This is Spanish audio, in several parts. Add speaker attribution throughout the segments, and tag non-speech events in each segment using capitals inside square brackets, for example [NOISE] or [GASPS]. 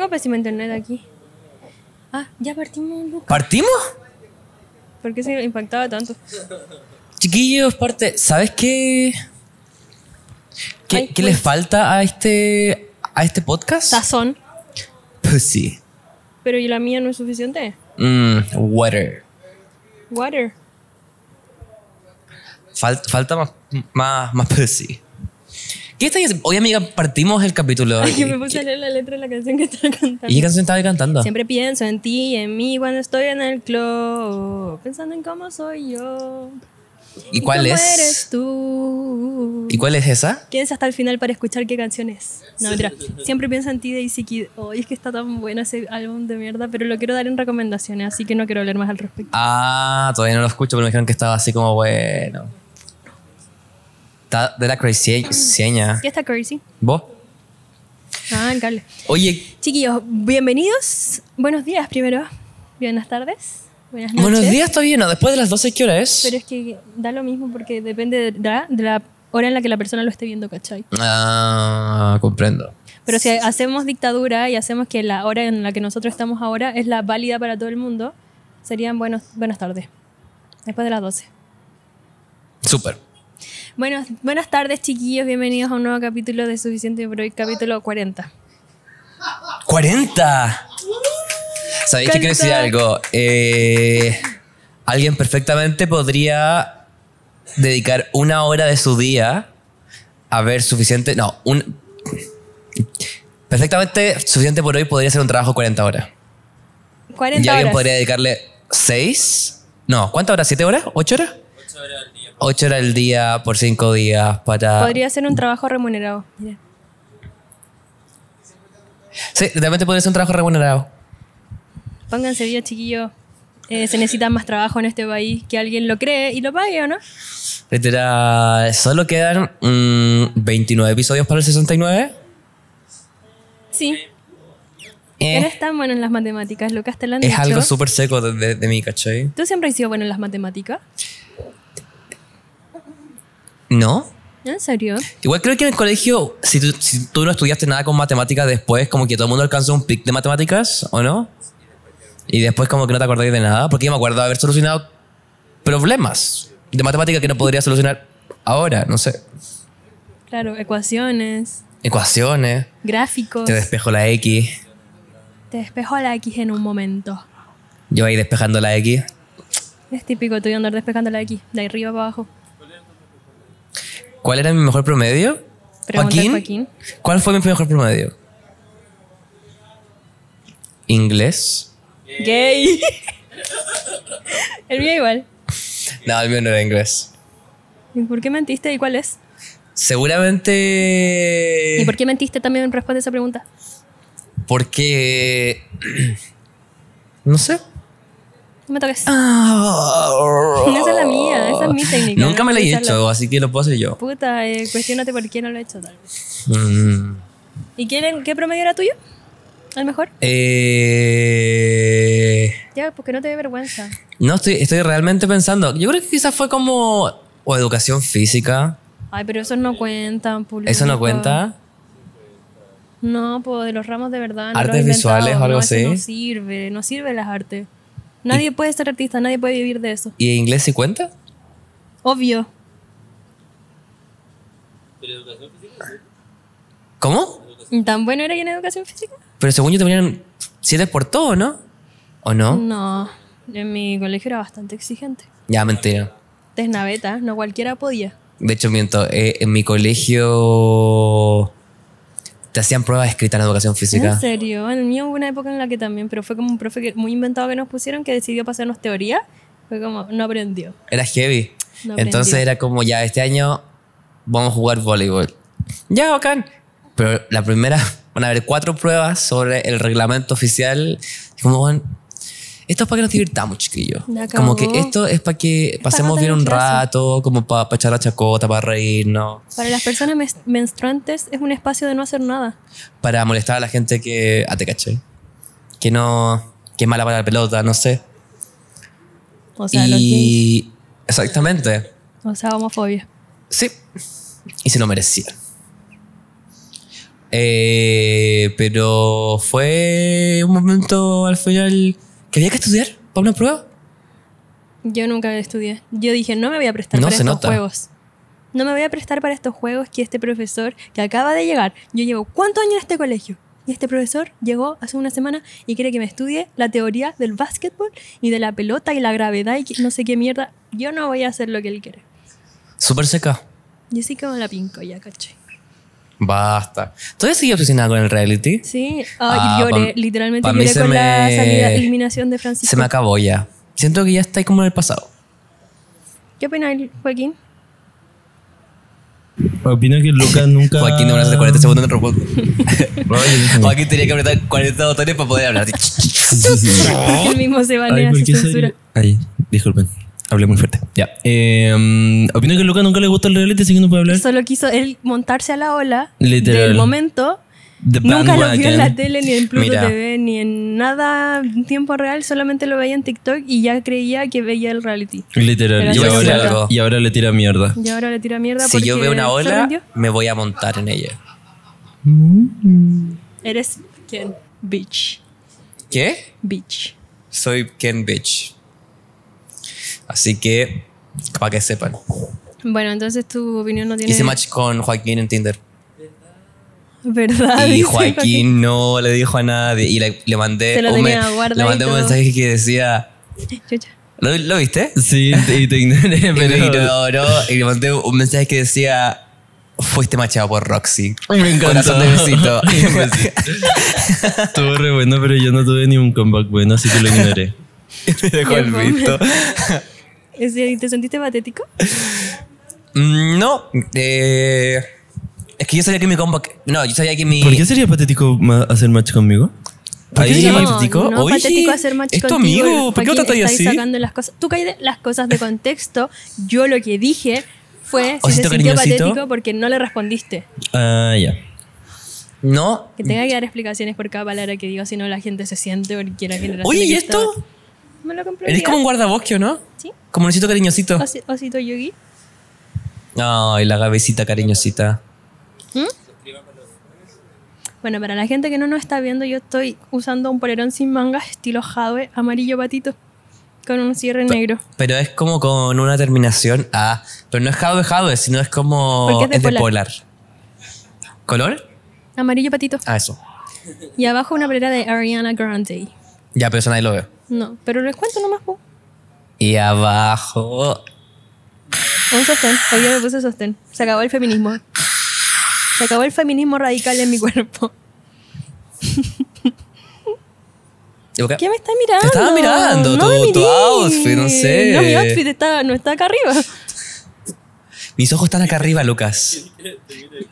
Speaker 1: abastecimiento no era aquí. Ah, ya partimos, Lucas.
Speaker 2: ¿Partimos?
Speaker 1: ¿Por qué se impactaba tanto?
Speaker 2: Chiquillos, parte. ¿Sabes qué? ¿Qué,
Speaker 1: Ay,
Speaker 2: qué
Speaker 1: pues.
Speaker 2: les falta a este, a este podcast?
Speaker 1: Sazón.
Speaker 2: Pussy.
Speaker 1: Pero y la mía no es suficiente.
Speaker 2: Mm, water.
Speaker 1: Water. [LAUGHS]
Speaker 2: Fal- falta más, más, más pussy. ¿Qué estáis haciendo? Hoy, amiga, partimos el capítulo.
Speaker 1: Ay, que me
Speaker 2: ¿Y-
Speaker 1: puse a leer la letra de la canción que estaba cantando.
Speaker 2: ¿Y qué canción estabas cantando?
Speaker 1: Siempre pienso en ti y en mí cuando estoy en el club. Pensando en cómo soy yo.
Speaker 2: ¿Y cuál
Speaker 1: cómo
Speaker 2: es?
Speaker 1: eres tú?
Speaker 2: ¿Y cuál es esa?
Speaker 1: Quédense hasta el final para escuchar qué canción es. No, mentira. Siempre pienso en ti, Daisy Kid. Oh, es que está tan bueno ese álbum de mierda, pero lo quiero dar en recomendaciones, así que no quiero hablar más al respecto.
Speaker 2: Ah, todavía no lo escucho, pero me dijeron que estaba así como bueno. Está de la crazy
Speaker 1: ¿Qué está crazy?
Speaker 2: ¿Vos?
Speaker 1: Ah, en cable.
Speaker 2: Oye,
Speaker 1: Chiquillos, bienvenidos. Buenos días primero. Buenas tardes. Buenas noches.
Speaker 2: buenos días todavía, ¿no? Después de las 12, ¿qué hora es?
Speaker 1: Pero es que da lo mismo porque depende de la, de la hora en la que la persona lo esté viendo, ¿cachai?
Speaker 2: Ah, comprendo.
Speaker 1: Pero si hacemos dictadura y hacemos que la hora en la que nosotros estamos ahora es la válida para todo el mundo, serían buenos, buenas tardes. Después de las 12.
Speaker 2: Súper.
Speaker 1: Buenos, buenas tardes, chiquillos. Bienvenidos a un nuevo capítulo de Suficiente por hoy, capítulo 40.
Speaker 2: 40. ¿Sabéis que quiero decir
Speaker 1: Canta.
Speaker 2: algo? Eh, alguien perfectamente podría dedicar una hora de su día a ver suficiente. No, un. Perfectamente suficiente por hoy podría ser un trabajo 40 horas.
Speaker 1: 40
Speaker 2: Y alguien
Speaker 1: horas.
Speaker 2: podría dedicarle 6. No, ¿cuántas horas? ¿7 horas? ¿8 horas? 8 horas al día por 5 días para.
Speaker 1: Podría ser un trabajo remunerado. Mira.
Speaker 2: Sí, realmente podría ser un trabajo remunerado.
Speaker 1: Pónganse bien, chiquillos. Eh, se necesita más trabajo en este país que alguien lo cree y lo pague, ¿o no?
Speaker 2: Literal, solo quedan mm, 29 episodios para el 69.
Speaker 1: Sí.
Speaker 2: Eh,
Speaker 1: Eres tan bueno en las matemáticas, Lucas, te lo han
Speaker 2: es
Speaker 1: dicho.
Speaker 2: algo súper seco de, de- de mí, ¿cachai?
Speaker 1: ¿Tú siempre has sido bueno en las matemáticas?
Speaker 2: ¿No?
Speaker 1: ¿En serio?
Speaker 2: Igual creo que en el colegio, si tú, si tú no estudiaste nada con matemáticas después, como que todo el mundo alcanza un pic de matemáticas, ¿o no? Y después como que no te acordáis de nada, porque yo me acuerdo de haber solucionado problemas de matemáticas que no podría solucionar ahora, no sé.
Speaker 1: Claro, ecuaciones,
Speaker 2: Ecuaciones,
Speaker 1: gráficos.
Speaker 2: te despejo la X,
Speaker 1: Te despejo la X en un momento.
Speaker 2: yo ahí despejando la X.
Speaker 1: Es típico tuyo andar despejando la X, de arriba para abajo.
Speaker 2: ¿Cuál era mi mejor promedio?
Speaker 1: Pregunta Joaquín.
Speaker 2: ¿Cuál fue mi mejor promedio? ¿Inglés?
Speaker 1: Gay. El mío igual.
Speaker 2: No, el mío no era inglés.
Speaker 1: ¿Y por qué mentiste y cuál es?
Speaker 2: Seguramente
Speaker 1: ¿Y por qué mentiste también respuesta a esa pregunta?
Speaker 2: porque... [CLEARS THROAT] No sé.
Speaker 1: No me
Speaker 2: Ah.
Speaker 1: toques.
Speaker 2: Esa
Speaker 1: Esa es la mía, esa es
Speaker 2: [LAUGHS]
Speaker 1: mi técnica,
Speaker 2: Nunca
Speaker 1: no
Speaker 2: me la he
Speaker 1: utilizarla.
Speaker 2: hecho, así que lo puedo hacer yo.
Speaker 1: Puta, eh, cuestionate por qué no lo he hecho tal vez.
Speaker 2: Mm.
Speaker 1: ¿Y quién, qué promedio era tuyo? ¿Al mejor?
Speaker 2: Eh,
Speaker 1: Ya, porque no te dé vergüenza.
Speaker 2: no, estoy, estoy realmente pensando. Yo creo que quizás fue como... O educación física.
Speaker 1: Ay, pero esos no cuentan, público.
Speaker 2: ¿Eso no cuenta?
Speaker 1: No, pues de los ramos de verdad. no los
Speaker 2: ¿Artes
Speaker 1: he inventado,
Speaker 2: visuales o algo
Speaker 1: no, eso
Speaker 2: así?
Speaker 1: No sirve, no sirve las artes. Nadie puede ser artista, nadie puede vivir de eso.
Speaker 2: ¿Y inglés sí cuenta?
Speaker 1: Obvio.
Speaker 2: ¿Cómo?
Speaker 1: ¿Tan bueno era que en educación física?
Speaker 2: Pero según yo te ponían 7 por todo, ¿no? ¿O no?
Speaker 1: No, en mi colegio era bastante exigente.
Speaker 2: Ya, mentira.
Speaker 1: Desnaveta, no cualquiera podía.
Speaker 2: De hecho, miento. eh, en mi colegio te hacían pruebas escritas en educación
Speaker 1: En
Speaker 2: física.
Speaker 1: serio, en el mío hubo una época en la que también, pero fue como un profe que- muy inventado que nos pusieron que decidió pasarnos teoría. Fue como, no aprendió.
Speaker 2: Era heavy.
Speaker 1: No
Speaker 2: Entonces
Speaker 1: aprendió.
Speaker 2: era como, ya, este año vamos a jugar voleibol. Ya, bacán. Pero la primera, [LAUGHS] van a haber cuatro pruebas sobre el reglamento oficial. Y Como, bueno, esto es para que nos divirtamos, chiquillos.
Speaker 1: La
Speaker 2: Como que
Speaker 1: cagó.
Speaker 2: esto es para que
Speaker 1: pa'
Speaker 2: pasemos
Speaker 1: no
Speaker 2: bien
Speaker 1: tener
Speaker 2: un
Speaker 1: clase.
Speaker 2: rato, como para echar la chacota, para reírnos.
Speaker 1: Para las personas mes- menstruantes es un espacio de no hacer nada.
Speaker 2: para molestar a la gente que. Ah, te caché. Que no. Que es mala para la pelota, no sé.
Speaker 1: O sea, los gays.
Speaker 2: y. Exactamente.
Speaker 1: O sea, homofobia.
Speaker 2: Sí. Y se lo merecía. Eh, pero fue un momento al final que había que estudiar para una prueba.
Speaker 1: Yo nunca estudié. Yo dije, no me voy a prestar
Speaker 2: No
Speaker 1: para
Speaker 2: se
Speaker 1: estos
Speaker 2: nota.
Speaker 1: juegos. No me voy a prestar para estos juegos que este profesor que acaba de llegar. Yo llevo cuántos años en este colegio. Y este profesor llegó hace una semana y quiere que me estudie la teoría del básquetbol y de la pelota y la gravedad y que- no sé qué mierda. Yo no voy a hacer lo que él quiere.
Speaker 2: Súper seca.
Speaker 1: Yo sí como la pinco ya, caché.
Speaker 2: Basta. ¿Todavía sigue obsesionada con el reality?
Speaker 1: Sí,
Speaker 2: Ah,
Speaker 1: ah, y lloré,
Speaker 2: pa-
Speaker 1: literalmente
Speaker 2: pa' mí
Speaker 1: lloré
Speaker 2: se
Speaker 1: con la
Speaker 2: me-
Speaker 1: salida, eliminación de Francisco.
Speaker 2: Se me acabó ya. Siento que ya está ahí como en el pasado.
Speaker 1: ¿Qué opináis, Joaquín?
Speaker 3: Opino que [LAUGHS] Lucas nunca.
Speaker 2: Joaquín no me hace 40 segundos en el robot.
Speaker 3: Ay,
Speaker 2: Joaquín tenía que apretar 40 botones para poder
Speaker 1: [LAUGHS]
Speaker 2: hablar.
Speaker 1: Porque él mismo se
Speaker 3: Ay,
Speaker 1: banea,
Speaker 3: ¿por
Speaker 1: se
Speaker 3: qué se-
Speaker 1: censura.
Speaker 3: Ay, disculpen. Hablé muy fuerte. Ya. Eh, mm, opino que a Lucas nunca le gusta el reality, así que no puede hablar.
Speaker 1: Solo quiso él montarse a la ola
Speaker 3: Literal.
Speaker 1: del momento.
Speaker 3: The
Speaker 1: Nunca lo vio en
Speaker 3: bandwagon.
Speaker 1: la tele, ni en Pluto
Speaker 2: Mira.
Speaker 1: TV, ni en nada en tiempo real. Solamente lo veía en TikTok y ya creía que veía el reality. Pero
Speaker 3: Literal. Y
Speaker 1: yo
Speaker 2: voy a decir
Speaker 3: ahora,
Speaker 2: algo.
Speaker 3: y ahora le tira mierda.
Speaker 1: Y ahora le tira mierda
Speaker 2: Si
Speaker 1: porque
Speaker 2: yo veo una
Speaker 1: se
Speaker 2: ola,
Speaker 1: rindió.
Speaker 2: me voy a montar en ella.
Speaker 1: Eres quien? Bitch.
Speaker 2: ¿Qué?
Speaker 1: Bitch.
Speaker 2: Soy Ken Bitch. Así que, para que sepan.
Speaker 1: Bueno, entonces tu opinión no tiene...
Speaker 2: Hice match con Joaquín en Tinder.
Speaker 1: ¿Verdad?
Speaker 2: Y
Speaker 1: Ah, Dice
Speaker 2: Joaquín no le dijo a nadie. Y le, le mandé,
Speaker 1: Se lo
Speaker 2: un,
Speaker 1: tenía guardadito.
Speaker 2: le mandé un mensaje que decía...
Speaker 1: Joaquín. Chucha.
Speaker 2: ¿Lo, lo viste? [LAUGHS]
Speaker 3: Sí, [LAUGHS] y te ignoré,
Speaker 2: Y me
Speaker 3: pero.
Speaker 2: ignoró y le mandé un mensaje que decía... Fuiste machado por Roxy.
Speaker 3: Me encantó.
Speaker 2: Corazón de
Speaker 1: [LAUGHS]
Speaker 2: besito. [LAUGHS]
Speaker 3: Estuvo re bueno, pero yo no tuve ni un comeback bueno, así [LAUGHS] que lo ignoré.
Speaker 2: Me dejó el
Speaker 1: Qué
Speaker 2: visto.
Speaker 1: [LAUGHS] Es decir, ¿Te sentiste patético?
Speaker 2: Mm, No. eh, es que yo sabía que mi combo... No, yo sabía que mi...
Speaker 3: ¿Por qué sería patético ma- hacer match conmigo?
Speaker 2: ¿Por qué
Speaker 3: Ahí-
Speaker 2: sería
Speaker 1: no,
Speaker 2: patético?
Speaker 1: No,
Speaker 2: Oye,
Speaker 1: patético hacer match
Speaker 2: es tu
Speaker 1: contigo,
Speaker 2: amigo, ¿por qué lo
Speaker 1: Joaquín,
Speaker 2: tratáis
Speaker 1: estáis
Speaker 2: así?
Speaker 1: sacando las cosas. Tú caes las cosas de contexto. Yo lo que dije fue si se sintió
Speaker 2: Osito Oh, cariñosito.
Speaker 1: patético porque no le respondiste.
Speaker 3: Ah, ya.
Speaker 2: No.
Speaker 1: Que tenga que dar explicaciones por cada palabra que digo, si no la gente se siente porque la generación.
Speaker 2: Oye,
Speaker 1: que
Speaker 2: ¿y
Speaker 1: está-
Speaker 2: esto?
Speaker 1: Me lo compré.
Speaker 2: Eres como un guardabosque, ¿o ¿no?
Speaker 1: Sí.
Speaker 2: Como un osito cariñosito.
Speaker 1: Osi- Osito Yugi.
Speaker 2: Ay, la gavecita cariñosita.
Speaker 1: ¿Mm? Bueno, para la gente que no nos está viendo, yo estoy usando un polerón sin mangas estilo Jave, amarillo patito, con un cierre negro.
Speaker 2: Pero es como con una terminación A. Pero no es jade jade, sino es como.
Speaker 1: Porque es de polar.
Speaker 2: ¿Color?
Speaker 1: Amarillo patito.
Speaker 2: Ah, eso.
Speaker 1: Y abajo una polera de Ariana Grande.
Speaker 2: Ya, pero eso nadie lo ve.
Speaker 1: No, pero les cuento nomás, po.
Speaker 2: Y abajo.
Speaker 1: Un sostén. Hoy día me puse sostén. Se acabó el feminismo. Se acabó el feminismo radical en mi cuerpo.
Speaker 2: ¿Y acá?
Speaker 1: ¿Qué me estás mirando?
Speaker 2: Te estaba mirando,
Speaker 1: No me
Speaker 2: tu- tu
Speaker 1: mirís.
Speaker 2: outfit, no sé.
Speaker 1: No, mi outfit está, no está acá arriba.
Speaker 2: Mis ojos están acá arriba, Lucas.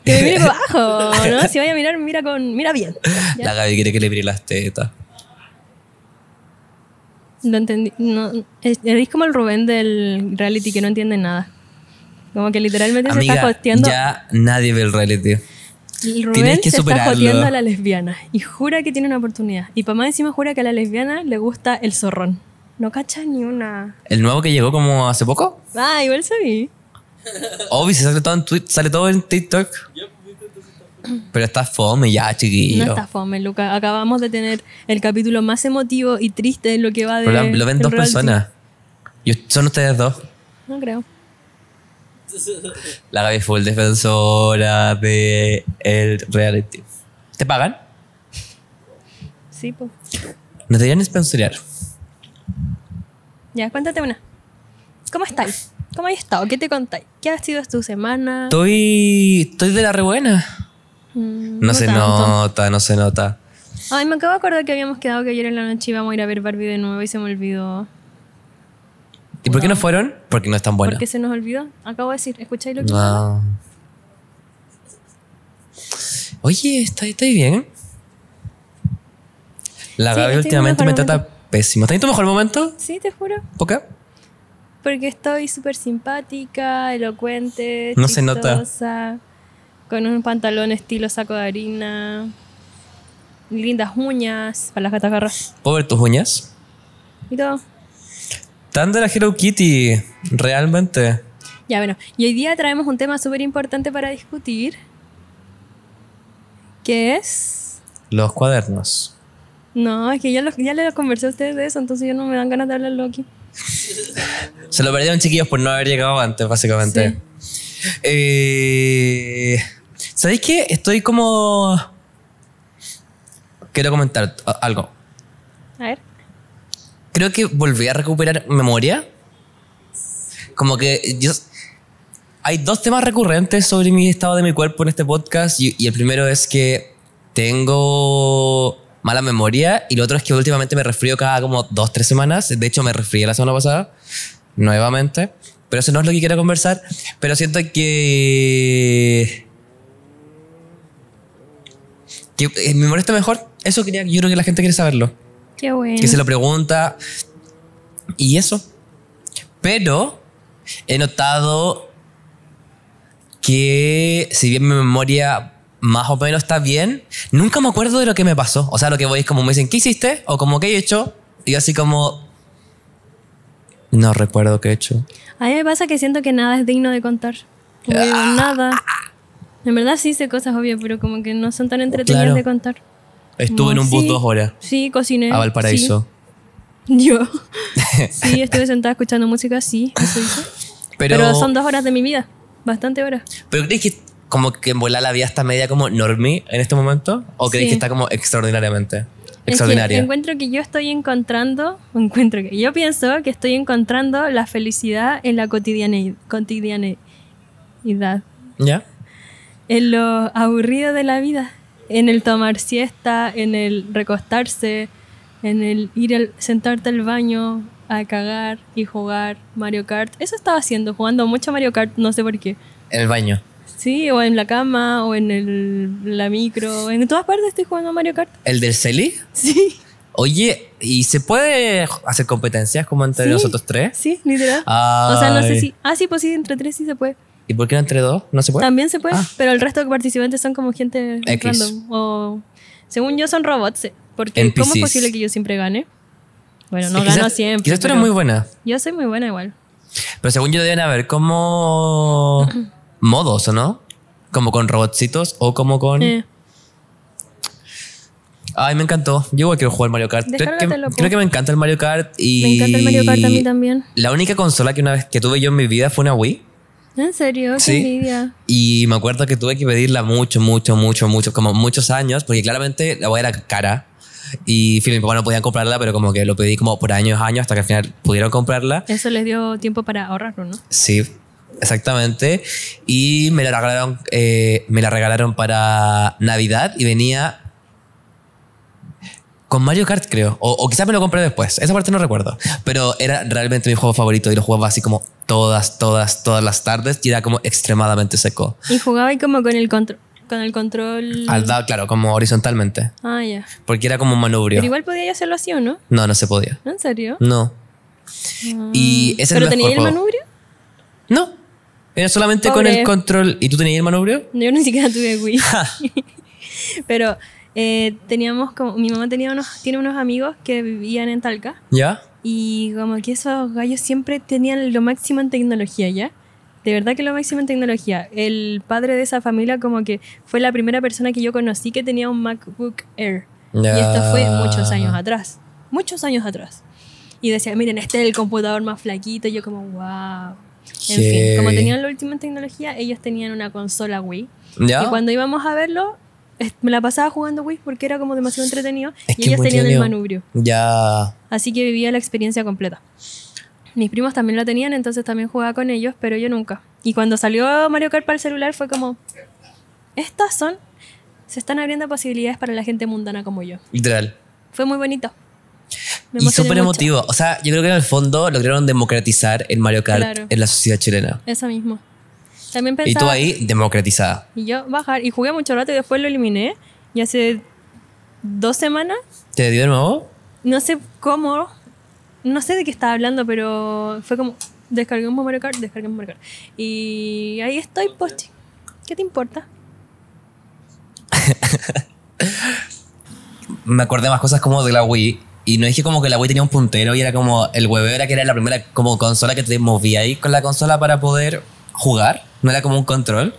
Speaker 1: Que me mire por abajo, ¿no? Si vaya a mirar, mira con, mira bien. Ya.
Speaker 2: La Gaby quiere que le brille las tetas.
Speaker 1: No entendí. No, es- eres como el Rubén del reality que no entiende nada. Como que literalmente se está
Speaker 2: Amiga,
Speaker 1: joteando.
Speaker 2: ya nadie ve el reality.
Speaker 1: El Rubén
Speaker 2: Tienes que
Speaker 1: se
Speaker 2: superarlo.
Speaker 1: está joteando a la lesbiana y jura que tiene una oportunidad. Y para más encima jura que a la lesbiana le gusta el zorrón. No cacha ni una.
Speaker 2: ¿El nuevo que llegó como hace poco?
Speaker 1: Ah, igual se vi.
Speaker 2: Obvio, si sale todo en Twitter, sale todo en TikTok. Pero está fome ya,
Speaker 1: No
Speaker 2: chiquillo.
Speaker 1: está fome, Luca. Acabamos de tener el capítulo más emotivo y triste de lo que va de.
Speaker 2: Pero la- lo ven
Speaker 1: del
Speaker 2: dos
Speaker 1: reality.
Speaker 2: personas. Y us- son ustedes dos.
Speaker 1: No creo.
Speaker 2: La Gaby fue el defensora de el reality. ¿Te pagan?
Speaker 1: Sí, pues.
Speaker 2: Nos deberían sponsorear.
Speaker 1: Ya, cuéntate una. ¿Cómo estáis? ¿Cómo has estado? ¿Qué te contáis? ¿Qué ha sido tu semana?
Speaker 2: Estoy, estoy de la rebuena.
Speaker 1: Mm,
Speaker 2: No, se
Speaker 1: tanto.
Speaker 2: nota, no se nota.
Speaker 1: Ay, me acabo de acordar que habíamos quedado que ayer en la noche íbamos a ir a ver Barbie de nuevo y se me olvidó.
Speaker 2: ¿Y por qué no fueron? Porque no es tan buena.
Speaker 1: ¿Por qué se nos olvidó? Acabo de decir, ¿escucháis lo que dije?
Speaker 2: No. Oye, ¿estáis está bien? La
Speaker 1: Sí,
Speaker 2: Gaby
Speaker 1: estoy en mi
Speaker 2: últimamente me
Speaker 1: mejor
Speaker 2: trata pésimo. ¿Estás en tu mejor momento?
Speaker 1: Sí, te juro.
Speaker 2: ¿Por qué?
Speaker 1: Porque estoy súper simpática, elocuente,
Speaker 2: No se nota.
Speaker 1: chistosa, con un pantalón estilo saco de harina, lindas uñas para las gatas garras
Speaker 2: ¿Puedo ver tus uñas?
Speaker 1: y todo.
Speaker 2: Tan de la Hello Kitty, realmente.
Speaker 1: Ya, bueno, y hoy día traemos un tema súper importante para discutir, ¿Qué es?
Speaker 2: Los cuadernos.
Speaker 1: No, es que ya, lo, ya les conversé a ustedes de eso, entonces ya no me dan ganas de hablarlo aquí.
Speaker 2: Se lo perdieron chiquillos por no haber llegado antes, básicamente. Eh, ¿Sabéis qué? Estoy como... Quiero comentar a- algo.
Speaker 1: A ver.
Speaker 2: Creo que volví a recuperar memoria. Como que yo... Hay dos temas recurrentes sobre mi estado de mi cuerpo en este podcast y, y el primero es que tengo mala memoria y lo otro es que últimamente me resfrío cada como dos, tres semanas. De hecho, me resfrié la semana pasada nuevamente. Pero eso no es lo que quiero conversar. Pero siento que... que eh, mi memoria está mejor. Eso quería, yo creo que la gente quiere saberlo
Speaker 1: Qué bueno.
Speaker 2: que se lo pregunta y eso. Pero he notado que si bien mi memoria más o menos está bien, nunca me acuerdo de lo que me pasó. O sea, lo que voy es como me dicen, ¿qué hiciste? O como, ¿qué he hecho? Y yo así como, no recuerdo qué he hecho.
Speaker 1: A mí me pasa que siento que nada es digno de contar. Como que digo,
Speaker 2: Ah.
Speaker 1: nada. En verdad sí hice cosas obvias, pero como que no son tan entretenidas
Speaker 2: Claro.
Speaker 1: de contar.
Speaker 2: Estuve en un bus
Speaker 1: Sí. Eh,
Speaker 2: dos horas
Speaker 1: Sí, cociné.
Speaker 2: a Ah, Valparaíso.
Speaker 1: sí. [LAUGHS]
Speaker 2: [LAUGHS]
Speaker 1: Yo. Sí, estuve sentada escuchando música, sí, eso hice. Pero,
Speaker 2: Pero,
Speaker 1: son dos horas de mi vida. Bastante horas.
Speaker 2: ¿pero crees que como que en volar la vida está media como normie en este momento? ¿O crees
Speaker 1: Sí.
Speaker 2: que está como extraordinariamente?
Speaker 1: Es que
Speaker 2: Extraordinaria.
Speaker 1: encuentro que yo estoy encontrando, [LAUGHS] encuentro que yo pienso que estoy encontrando la felicidad en la cotidiane- cotidianeidad,
Speaker 2: ¿Ya?
Speaker 1: en lo aburrido de la vida, en el tomar siesta, en el recostarse, en el ir al sentarte al baño a cagar y jugar Mario Kart. Eso estaba haciendo, jugando mucho Mario Kart, no sé por qué.
Speaker 2: En el baño.
Speaker 1: Sí, o en la cama, o en el, la micro, en todas partes estoy jugando Mario Kart. [LAUGHS]
Speaker 2: ¿El del Celi?
Speaker 1: Sí,
Speaker 2: Oye, ¿y se puede hacer competencias como entre
Speaker 1: Sí.
Speaker 2: nosotros tres?
Speaker 1: sí, literal. O sea, no sé si. Ah, sí, pues sí, entre tres sí se puede.
Speaker 2: ¿Y por qué no entre dos? ¿No se puede?
Speaker 1: También se puede,
Speaker 2: Ah.
Speaker 1: pero el resto de participantes son como gente
Speaker 2: X.
Speaker 1: random. O, según yo, son robots. eh, Porque, ¿cómo
Speaker 2: NPCs.
Speaker 1: es posible que yo siempre gane? Bueno, no
Speaker 2: Es que
Speaker 1: gano
Speaker 2: quizás-
Speaker 1: siempre.
Speaker 2: Quizás tú eres
Speaker 1: pero
Speaker 2: muy buena.
Speaker 1: Yo soy muy buena igual.
Speaker 2: Pero según yo deben
Speaker 1: [CLEARS THROAT]
Speaker 2: haber como modos, ¿o no? Como con robotcitos o como con...
Speaker 1: Eh,
Speaker 2: Ay, me encantó. Yo igual quiero jugar Mario Kart. Creo que,
Speaker 1: Descárgatelo, po.
Speaker 2: creo que me encanta el Mario Kart y...
Speaker 1: Me encanta el Mario Kart a mí también.
Speaker 2: La única consola que una vez que tuve yo en mi vida fue una Wii.
Speaker 1: En serio, qué
Speaker 2: Sí.
Speaker 1: envidia.
Speaker 2: Y me acuerdo que tuve que pedirla mucho, mucho, mucho, mucho, como muchos años, porque claramente la wea era cara. Y en fin, mi papá no podían comprarla, pero como que lo pedí como por años, años, hasta que al final pudieron comprarla.
Speaker 1: Eso les dio tiempo para ahorrarlo, ¿no?
Speaker 2: Sí, exactamente. Y me la regalaron, eh, me la regalaron para Navidad y venía con Mario Kart, creo. O, o quizás me lo compré después. Esa parte no recuerdo. Pero era realmente mi juego favorito y lo jugaba así como todas, todas, todas las tardes y era como extremadamente seco.
Speaker 1: Y jugaba ahí como con el control. Con el control.
Speaker 2: Al lado, claro, como horizontalmente.
Speaker 1: Ah, ya.
Speaker 2: Porque era como un manubrio.
Speaker 1: Pero igual podía hacerlo así o no.
Speaker 2: No, no se podía.
Speaker 1: ¿En serio?
Speaker 2: No. Y
Speaker 1: Ah.
Speaker 2: ese
Speaker 1: ¿Pero
Speaker 2: es
Speaker 1: tenía
Speaker 2: el mejor
Speaker 1: el
Speaker 2: juego.
Speaker 1: manubrio?
Speaker 2: No. Era solamente con
Speaker 1: Pobre.
Speaker 2: el control. ¿Y tú tenías el manubrio?
Speaker 1: Yo ni siquiera tuve Wii. Pero eh, teníamos como. Mi mamá tenía unos, tiene unos amigos que vivían en Talca.
Speaker 2: ¿Ya?
Speaker 1: Y como que esos gallos siempre tenían lo máximo en tecnología, ¿ya? De verdad que lo máximo en tecnología. El padre de esa familia como que fue la primera persona que yo conocí que tenía un MacBook Air. Y esto
Speaker 2: Ya.
Speaker 1: fue muchos años atrás. Muchos años atrás. Y decía, miren, este es el computador más flaquito. Y yo como, wow. En fin, como
Speaker 2: Heavy.
Speaker 1: tenían la última tecnología, ellos tenían una consola Wii.
Speaker 2: ¿Ya?
Speaker 1: Y cuando íbamos a verlo, es- me la pasaba jugando Wii porque era como demasiado entretenido.
Speaker 2: Es que
Speaker 1: y ellos
Speaker 2: muy
Speaker 1: tenían el
Speaker 2: entretenido.
Speaker 1: manubrio.
Speaker 2: Ya.
Speaker 1: Así que vivía la experiencia completa. Mis primos también la tenían, entonces también jugaba con ellos, pero yo nunca. Y cuando salió Mario Kart para el celular fue como, estas son, se están abriendo posibilidades para la gente mundana como yo.
Speaker 2: Literal.
Speaker 1: Fue muy bonito. Me
Speaker 2: Y
Speaker 1: emocioné
Speaker 2: súper
Speaker 1: mucho.
Speaker 2: emotivo. O sea, yo creo que en el fondo lograron democratizar el Mario Kart
Speaker 1: Claro.
Speaker 2: en la sociedad chilena.
Speaker 1: Eso mismo. También
Speaker 2: Y tú
Speaker 1: pensaba...
Speaker 2: ahí, democratizada.
Speaker 1: y yo bajar. Y jugué mucho rato y después lo eliminé. Y hace dos semanas
Speaker 2: ¿Te dio de nuevo?
Speaker 1: no sé cómo, no sé de qué estaba hablando, pero fue como, descargué un Mario Kart, descargué un Mario Kart. Y ahí estoy, poche. ¿Qué te importa?
Speaker 2: me acordé más cosas como de la Wii. Y no dije como que la Wii tenía un puntero y era como el hueveo era que era la primera como consola que te movía ahí con la consola para poder jugar. No era como un control.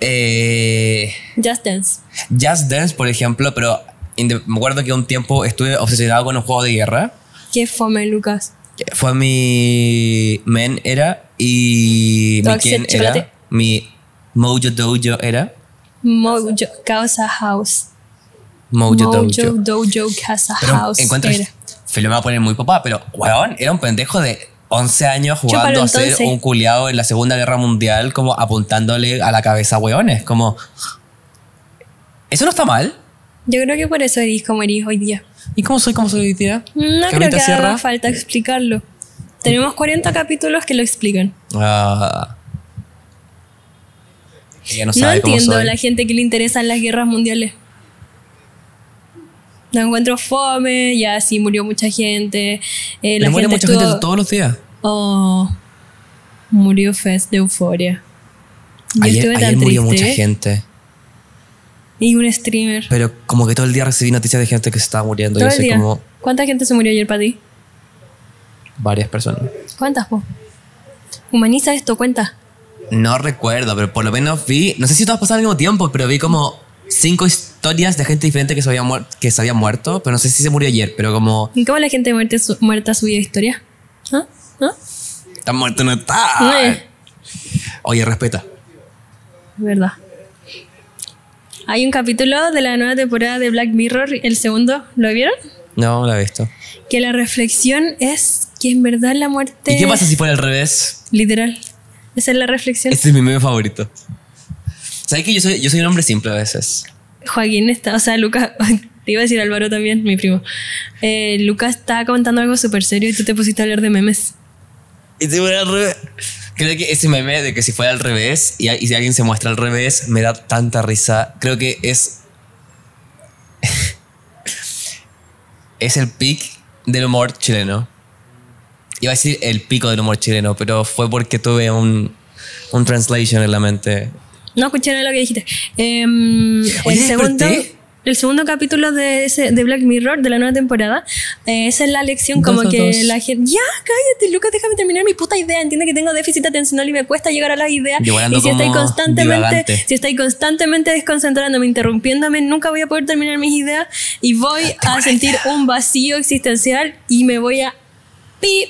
Speaker 2: Eh,
Speaker 1: Just Dance.
Speaker 2: Just Dance, por ejemplo, pero inde- me acuerdo que un tiempo estuve obsesionado con un juego de guerra.
Speaker 1: Qué fome, Lucas.
Speaker 2: que Fue mi men era y mi
Speaker 1: Toxic
Speaker 2: quién
Speaker 1: Chocolate.
Speaker 2: era. Mi Mojo Dojo era.
Speaker 1: Mojo Casa House.
Speaker 2: Mojo, Dojo.
Speaker 1: Mojo Dojo Casa
Speaker 2: Pero
Speaker 1: House.
Speaker 2: encuentro.
Speaker 1: Era.
Speaker 2: Filo me va a poner muy papá, pero weón, era un pendejo de 11 años jugando
Speaker 1: Chúpalo,
Speaker 2: a ser
Speaker 1: entonces.
Speaker 2: un culiado en la Segunda Guerra Mundial, como apuntándole a la cabeza a weones. Como. Eso no está mal.
Speaker 1: Yo creo que por eso eres como eres hoy día.
Speaker 2: ¿Y cómo soy? ¿Cómo soy hoy día?
Speaker 1: No creo
Speaker 2: Carlita
Speaker 1: que
Speaker 2: Sierra.
Speaker 1: haga falta explicarlo. Tenemos 40 capítulos que lo explican.
Speaker 2: Ah. Ella no
Speaker 1: No
Speaker 2: sabe cómo
Speaker 1: entiendo a
Speaker 2: soy.
Speaker 1: la gente que le interesan las guerras mundiales. No encuentro fome, ya sí murió mucha gente. eh, la
Speaker 2: Le muere
Speaker 1: gente
Speaker 2: mucha
Speaker 1: estuvo-
Speaker 2: gente todos los días.
Speaker 1: Oh, murió Fest de euforia. Yo estuve
Speaker 2: Ayer,
Speaker 1: tan
Speaker 2: ayer murió
Speaker 1: triste.
Speaker 2: mucha gente.
Speaker 1: Y un streamer.
Speaker 2: Pero como que todo el día recibí noticias de gente que se estaba muriendo.
Speaker 1: Todo
Speaker 2: Yo
Speaker 1: el
Speaker 2: sé
Speaker 1: día.
Speaker 2: como
Speaker 1: ¿Cuánta gente se murió ayer para ti?
Speaker 2: varias personas.
Speaker 1: ¿Cuántas, po? Humaniza esto, cuenta.
Speaker 2: No recuerdo, pero por lo menos vi, no sé si todas pasaron al mismo tiempo, pero vi como cinco historias de gente diferente que se había, muer- que se había muerto, pero no sé si se murió ayer, pero como
Speaker 1: ¿Y ¿Cómo la gente muerta, su- muerta subía historia? ¿Ah? ¿Ah?
Speaker 2: está muerto no
Speaker 1: [LAUGHS]
Speaker 2: está.
Speaker 1: Eh.
Speaker 2: Oye, respeta.
Speaker 1: Verdad. Hay un capítulo de la nueva temporada de Black Mirror, el segundo, ¿lo vieron?
Speaker 2: No, la he visto.
Speaker 1: Que la reflexión es que en verdad la muerte...
Speaker 2: ¿Y qué pasa si fuera al revés?
Speaker 1: Literal. Esa es la reflexión.
Speaker 2: Este es mi meme favorito. ¿Sabes que yo soy, yo soy un hombre simple a veces?
Speaker 1: Joaquín está, o sea, Lucas, [LAUGHS] te iba a decir Álvaro también, mi primo. Eh, Lucas está contando algo súper serio y tú te pusiste a hablar de memes.
Speaker 2: Y si fuera al revés. Creo que ese meme de que si fuera al revés y, a- y si alguien se muestra al revés, me da tanta risa. Creo que es. [LAUGHS] es el pic del humor chileno. Iba a decir el pico del humor chileno, pero fue porque tuve un, un translation en la mente.
Speaker 1: No escuché nada de lo que dijiste. Em, el,
Speaker 2: Oye,
Speaker 1: segundo,
Speaker 2: desperté.
Speaker 1: el segundo capítulo de, ese, de Black Mirror, de la nueva temporada, eh, esa es la lección como
Speaker 2: Dos a
Speaker 1: que
Speaker 2: dos.
Speaker 1: la gente... Ya, cállate, Lucas, déjame terminar mi puta idea. Entiende que tengo déficit atencional y me cuesta llegar a las ideas.
Speaker 2: Yo ando
Speaker 1: y si estoy
Speaker 2: como
Speaker 1: constantemente,
Speaker 2: divagante.
Speaker 1: si estoy constantemente desconcentrándome, interrumpiéndome, nunca voy a poder terminar mis ideas y voy a sentir un vacío existencial y me voy a... Pi,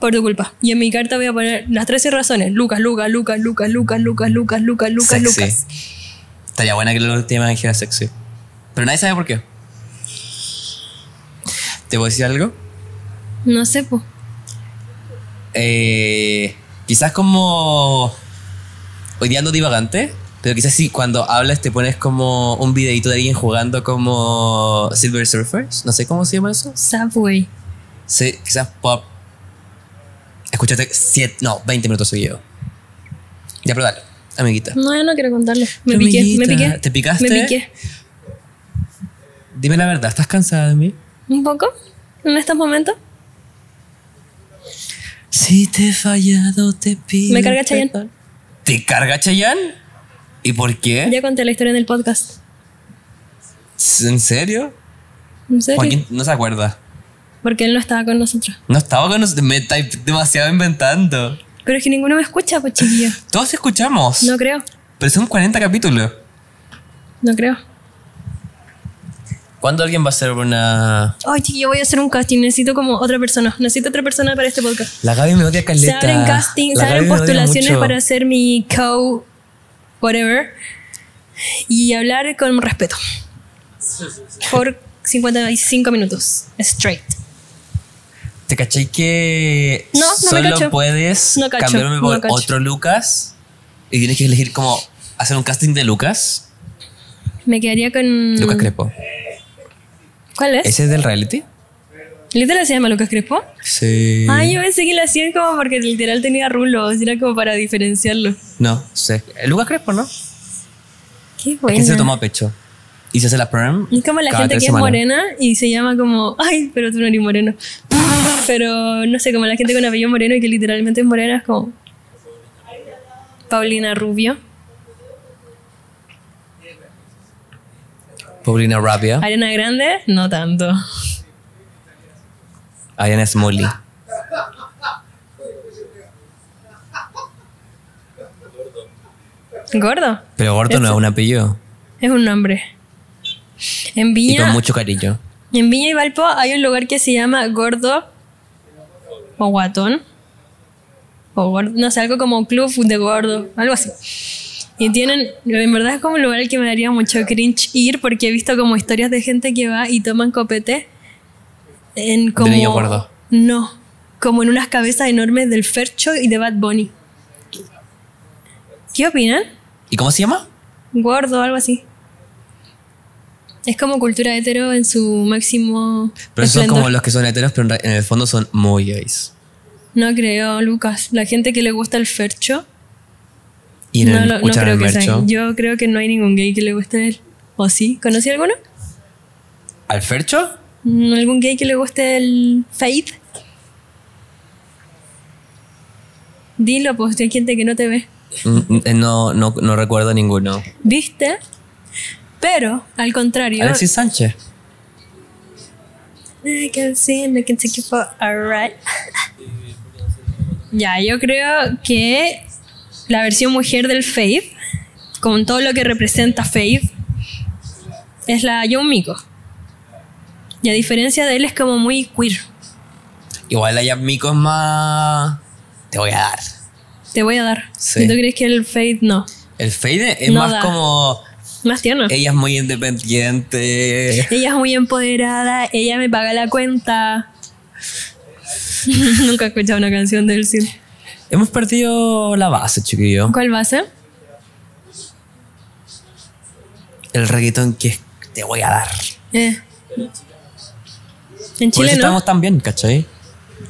Speaker 1: por tu culpa. Y en mi carta voy a poner las 13 razones. Lucas, Lucas, Lucas, Lucas, Lucas, Lucas, Lucas, Lucas, Lucas,
Speaker 2: Sexy.
Speaker 1: Lucas.
Speaker 2: Estaría buena que lo tema dijera sexy. Pero nadie sabe por qué. ¿Te voy a decir algo?
Speaker 1: No sé, po.
Speaker 2: Eh, quizás como. Hoy día ando divagante, pero quizás sí, cuando hablas te pones como un videito de alguien jugando como Silver Surfers. No sé cómo se llama eso.
Speaker 1: Subway.
Speaker 2: Sí, quizás pop. Escúchate 7, no, 20 minutos seguidos. Ya, pero dale, amiguita.
Speaker 1: No, yo no quiero contarle. Me
Speaker 2: Tu
Speaker 1: piqué, me
Speaker 2: amiguita,
Speaker 1: piqué.
Speaker 2: ¿te picaste?
Speaker 1: Me piqué.
Speaker 2: Dime la verdad, ¿estás cansada de mí?
Speaker 1: ¿Un poco? ¿En estos momentos?
Speaker 2: Si te he fallado, te pido.
Speaker 1: Me carga Chayanne.
Speaker 2: perdón. ¿Te carga Chayanne? ¿Y por qué?
Speaker 1: Ya conté la historia en el podcast.
Speaker 2: ¿En serio?
Speaker 1: ¿En serio?
Speaker 2: Joaquín no se acuerda.
Speaker 1: Porque él no estaba con nosotros.
Speaker 2: No estaba con nosotros, me estáis demasiado inventando.
Speaker 1: Pero es que ninguno me escucha, pues chiquillo.
Speaker 2: Todos escuchamos,
Speaker 1: No creo,
Speaker 2: pero son 40 capítulos.
Speaker 1: no creo.
Speaker 2: ¿Cuándo alguien va a hacer una...?
Speaker 1: Ay, chiquillo, voy a hacer un casting. Necesito como otra persona. Necesito otra persona para este podcast.
Speaker 2: La Gaby me odia
Speaker 1: Se
Speaker 2: caleta.
Speaker 1: abren casting,
Speaker 2: La
Speaker 1: se abren
Speaker 2: Gaby me odia
Speaker 1: postulaciones
Speaker 2: mucho.
Speaker 1: para ser mi co whatever y hablar con respeto. Por 55 minutos straight.
Speaker 2: ¿Te caché que
Speaker 1: No, no me
Speaker 2: solo
Speaker 1: cacho.
Speaker 2: puedes
Speaker 1: No cacho,
Speaker 2: cambiarme
Speaker 1: no
Speaker 2: por
Speaker 1: cacho.
Speaker 2: otro Lucas? Y tienes que elegir como hacer un casting de Lucas.
Speaker 1: Me quedaría con
Speaker 2: Lucas Crepo.
Speaker 1: ¿Cuál Mm. es?
Speaker 2: ¿Ese es del reality?
Speaker 1: Literal se llama Lucas Crespo.
Speaker 2: Sí.
Speaker 1: Ah, yo pensé que lo hacían como porque literal tenía rulos, era como para diferenciarlo.
Speaker 2: No, sé. Lucas Crepo, ¿no?
Speaker 1: Qué
Speaker 2: Es
Speaker 1: bueno.
Speaker 2: que se lo tomó a pecho. Y se hace la perm.
Speaker 1: Es como la
Speaker 2: cada
Speaker 1: gente
Speaker 2: tres
Speaker 1: que es
Speaker 2: semanas.
Speaker 1: morena y se llama como, ay, pero tú no eres moreno. [LAUGHS] Pero no sé, como la gente con apellido moreno y que literalmente es morena es como Paulina Rubio,
Speaker 2: Paulina Rabia.
Speaker 1: Arena Grande, no tanto.
Speaker 2: Ariana Smolly.
Speaker 1: Gordo.
Speaker 2: Pero Gordo no es
Speaker 1: Eso.
Speaker 2: un apellido.
Speaker 1: Es un nombre. En
Speaker 2: Y con
Speaker 1: Viña,
Speaker 2: mucho cariño.
Speaker 1: en Viña y Valpo hay un lugar que se llama Gordo o Guatón. O Gordo, no sé, algo como Club de Gordo, algo así. Y tienen, en verdad es como un lugar al que me daría mucho cringe ir porque he visto como historias de gente que va y toman copete en como...
Speaker 2: niño gordo.
Speaker 1: No, como en unas cabezas enormes del Fercho y de Bad Bunny. ¿Qué opinan?
Speaker 2: ¿Y cómo se llama?
Speaker 1: gordo, algo así. Es como cultura hetero en su máximo.
Speaker 2: Pero esos son
Speaker 1: esplendor.
Speaker 2: como los que son heteros, pero en re- en el fondo son muy gays.
Speaker 1: No creo, Lucas. La gente que le gusta el fercho.
Speaker 2: Y en
Speaker 1: no,
Speaker 2: el,
Speaker 1: lo- no
Speaker 2: escuchan
Speaker 1: creo
Speaker 2: el
Speaker 1: que sea.
Speaker 2: mercho.
Speaker 1: Yo creo que no hay ningún gay que le guste él. ¿O sí? ¿Conocí alguno?
Speaker 2: ¿Al Fercho?
Speaker 1: Mm, ¿Algún gay que le guste el Faith? Dilo, pues hay gente que no te ve.
Speaker 2: Mm, mm, No, no, no recuerdo ninguno.
Speaker 1: ¿Viste? Pero, al contrario.
Speaker 2: Alexis Sánchez.
Speaker 1: I can see and I can take you for a ride. Ya, yo creo que la versión mujer del Faith, con todo lo que representa Faith, es la Young Miko. Y a diferencia de él, es como muy queer.
Speaker 2: Igual la Yamico es más. Te voy a dar.
Speaker 1: Te voy a dar.
Speaker 2: Sí.
Speaker 1: ¿Y tú crees que el Faith no?
Speaker 2: El Fade es
Speaker 1: No
Speaker 2: más
Speaker 1: da. [LAUGHS]
Speaker 2: como.
Speaker 1: Más tierno.
Speaker 2: Ella es muy independiente.
Speaker 1: Ella es muy empoderada, ella me paga la cuenta. [LAUGHS] Nunca he escuchado una canción de él sin.
Speaker 2: Hemos perdido la base, chiquillo.
Speaker 1: ¿Cuál va a ser?
Speaker 2: El reggaetón que es. Te voy a dar.
Speaker 1: Eh. En
Speaker 2: Por
Speaker 1: Chile
Speaker 2: eso
Speaker 1: no.
Speaker 2: estamos tan bien, ¿cachai?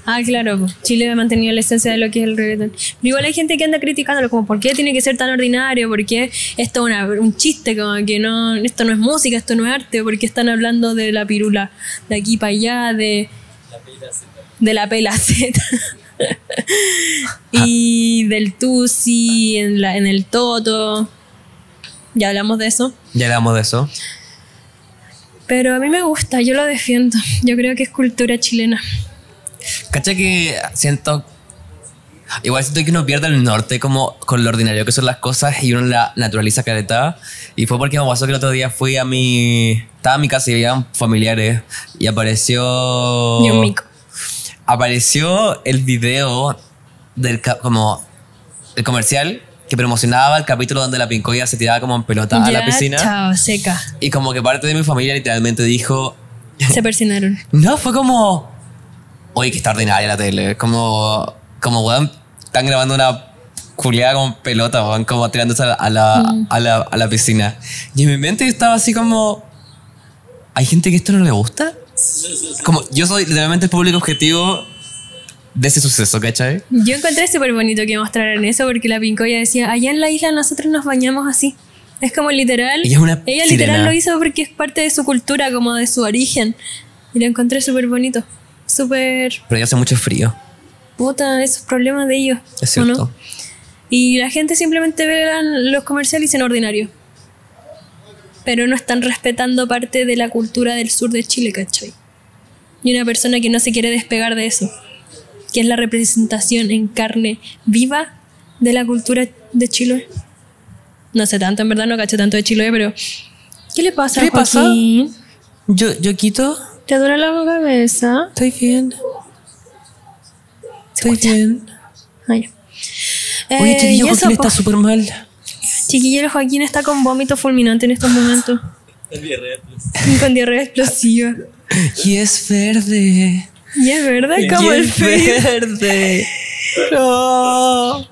Speaker 1: Ah, claro. po. Chile ha mantenido la esencia de lo que es el reggaetón. Pero igual hay gente que anda criticándolo, como, ¿por qué tiene que ser tan ordinario? ¿Por qué esto es una- un chiste? Como que no, esto no es música, esto no es arte. ¿Por qué están hablando de la pirula de aquí para allá? De, de la pela Z. [LAUGHS]
Speaker 2: Ah.
Speaker 1: y del Tusi, en, la, en el Toto. Ya hablamos de eso.
Speaker 2: Ya hablamos de eso.
Speaker 1: Pero a mí me gusta, yo lo defiendo. Yo creo que es cultura chilena.
Speaker 2: ¿Cachai que siento. Igual siento que uno pierde el norte como con lo ordinario que son las cosas y uno la naturaliza caleta. Y fue porque me pasó que el otro día fui a mi. Estaba en mi casa y habían familiares. Y apareció. Oh,
Speaker 1: Y un mico.
Speaker 2: apareció el video del ca- como el comercial que promocionaba el capítulo donde la pincoya se tiraba como en pelota a
Speaker 1: Ya,
Speaker 2: la piscina
Speaker 1: Chao,
Speaker 2: [LAUGHS]
Speaker 1: seca.
Speaker 2: y como que parte de mi familia literalmente dijo
Speaker 1: Se persinaron.
Speaker 2: no fue como oye que está ordinaria la tele como como weón están grabando una culiada con pelota weón como tirándose a la, a la,
Speaker 1: Mm.
Speaker 2: a la- a la piscina y en mi mente yo estaba así como hay gente que esto no le gusta como yo soy literalmente el público objetivo de ese suceso ¿cachai?
Speaker 1: Yo encontré súper bonito que mostraran eso porque la pincoya decía, allá en la isla nosotros nos bañamos así. Es como literal.
Speaker 2: Ella es una sirena.
Speaker 1: literal lo hizo porque es parte de su cultura, como de su origen. Y lo encontré súper bonito. Súper
Speaker 2: pero ya hace mucho frío
Speaker 1: puta, esos problemas de ellos.
Speaker 2: es
Speaker 1: ¿o no?
Speaker 2: cierto
Speaker 1: Y la gente simplemente ve la- los comerciales y dicen ordinario. Pero no están respetando parte de la cultura del sur de Chile, ¿cachai? Y una persona que no se quiere despegar de eso, que es la representación en carne viva de la cultura de Chile. No sé tanto, en verdad no caché tanto de Chile, pero... ¿Qué le pasa?
Speaker 2: ¿Qué le pasa?
Speaker 1: Joaquín?
Speaker 2: yo yo quito
Speaker 1: ¿Te duele la cabeza?
Speaker 2: estoy bien estoy bien
Speaker 1: Ay.
Speaker 2: oye este
Speaker 1: Eh,
Speaker 2: chiquillo
Speaker 1: y eso,
Speaker 2: Joaquín
Speaker 1: po.
Speaker 2: está súper mal
Speaker 1: Chiquillo, el Joaquín está con vómito fulminante en estos momentos. Con diarrea explosiva.
Speaker 2: Y es verde.
Speaker 1: Y es verdad, como
Speaker 2: y
Speaker 1: el
Speaker 2: es
Speaker 1: Fede.
Speaker 2: verde. No. No.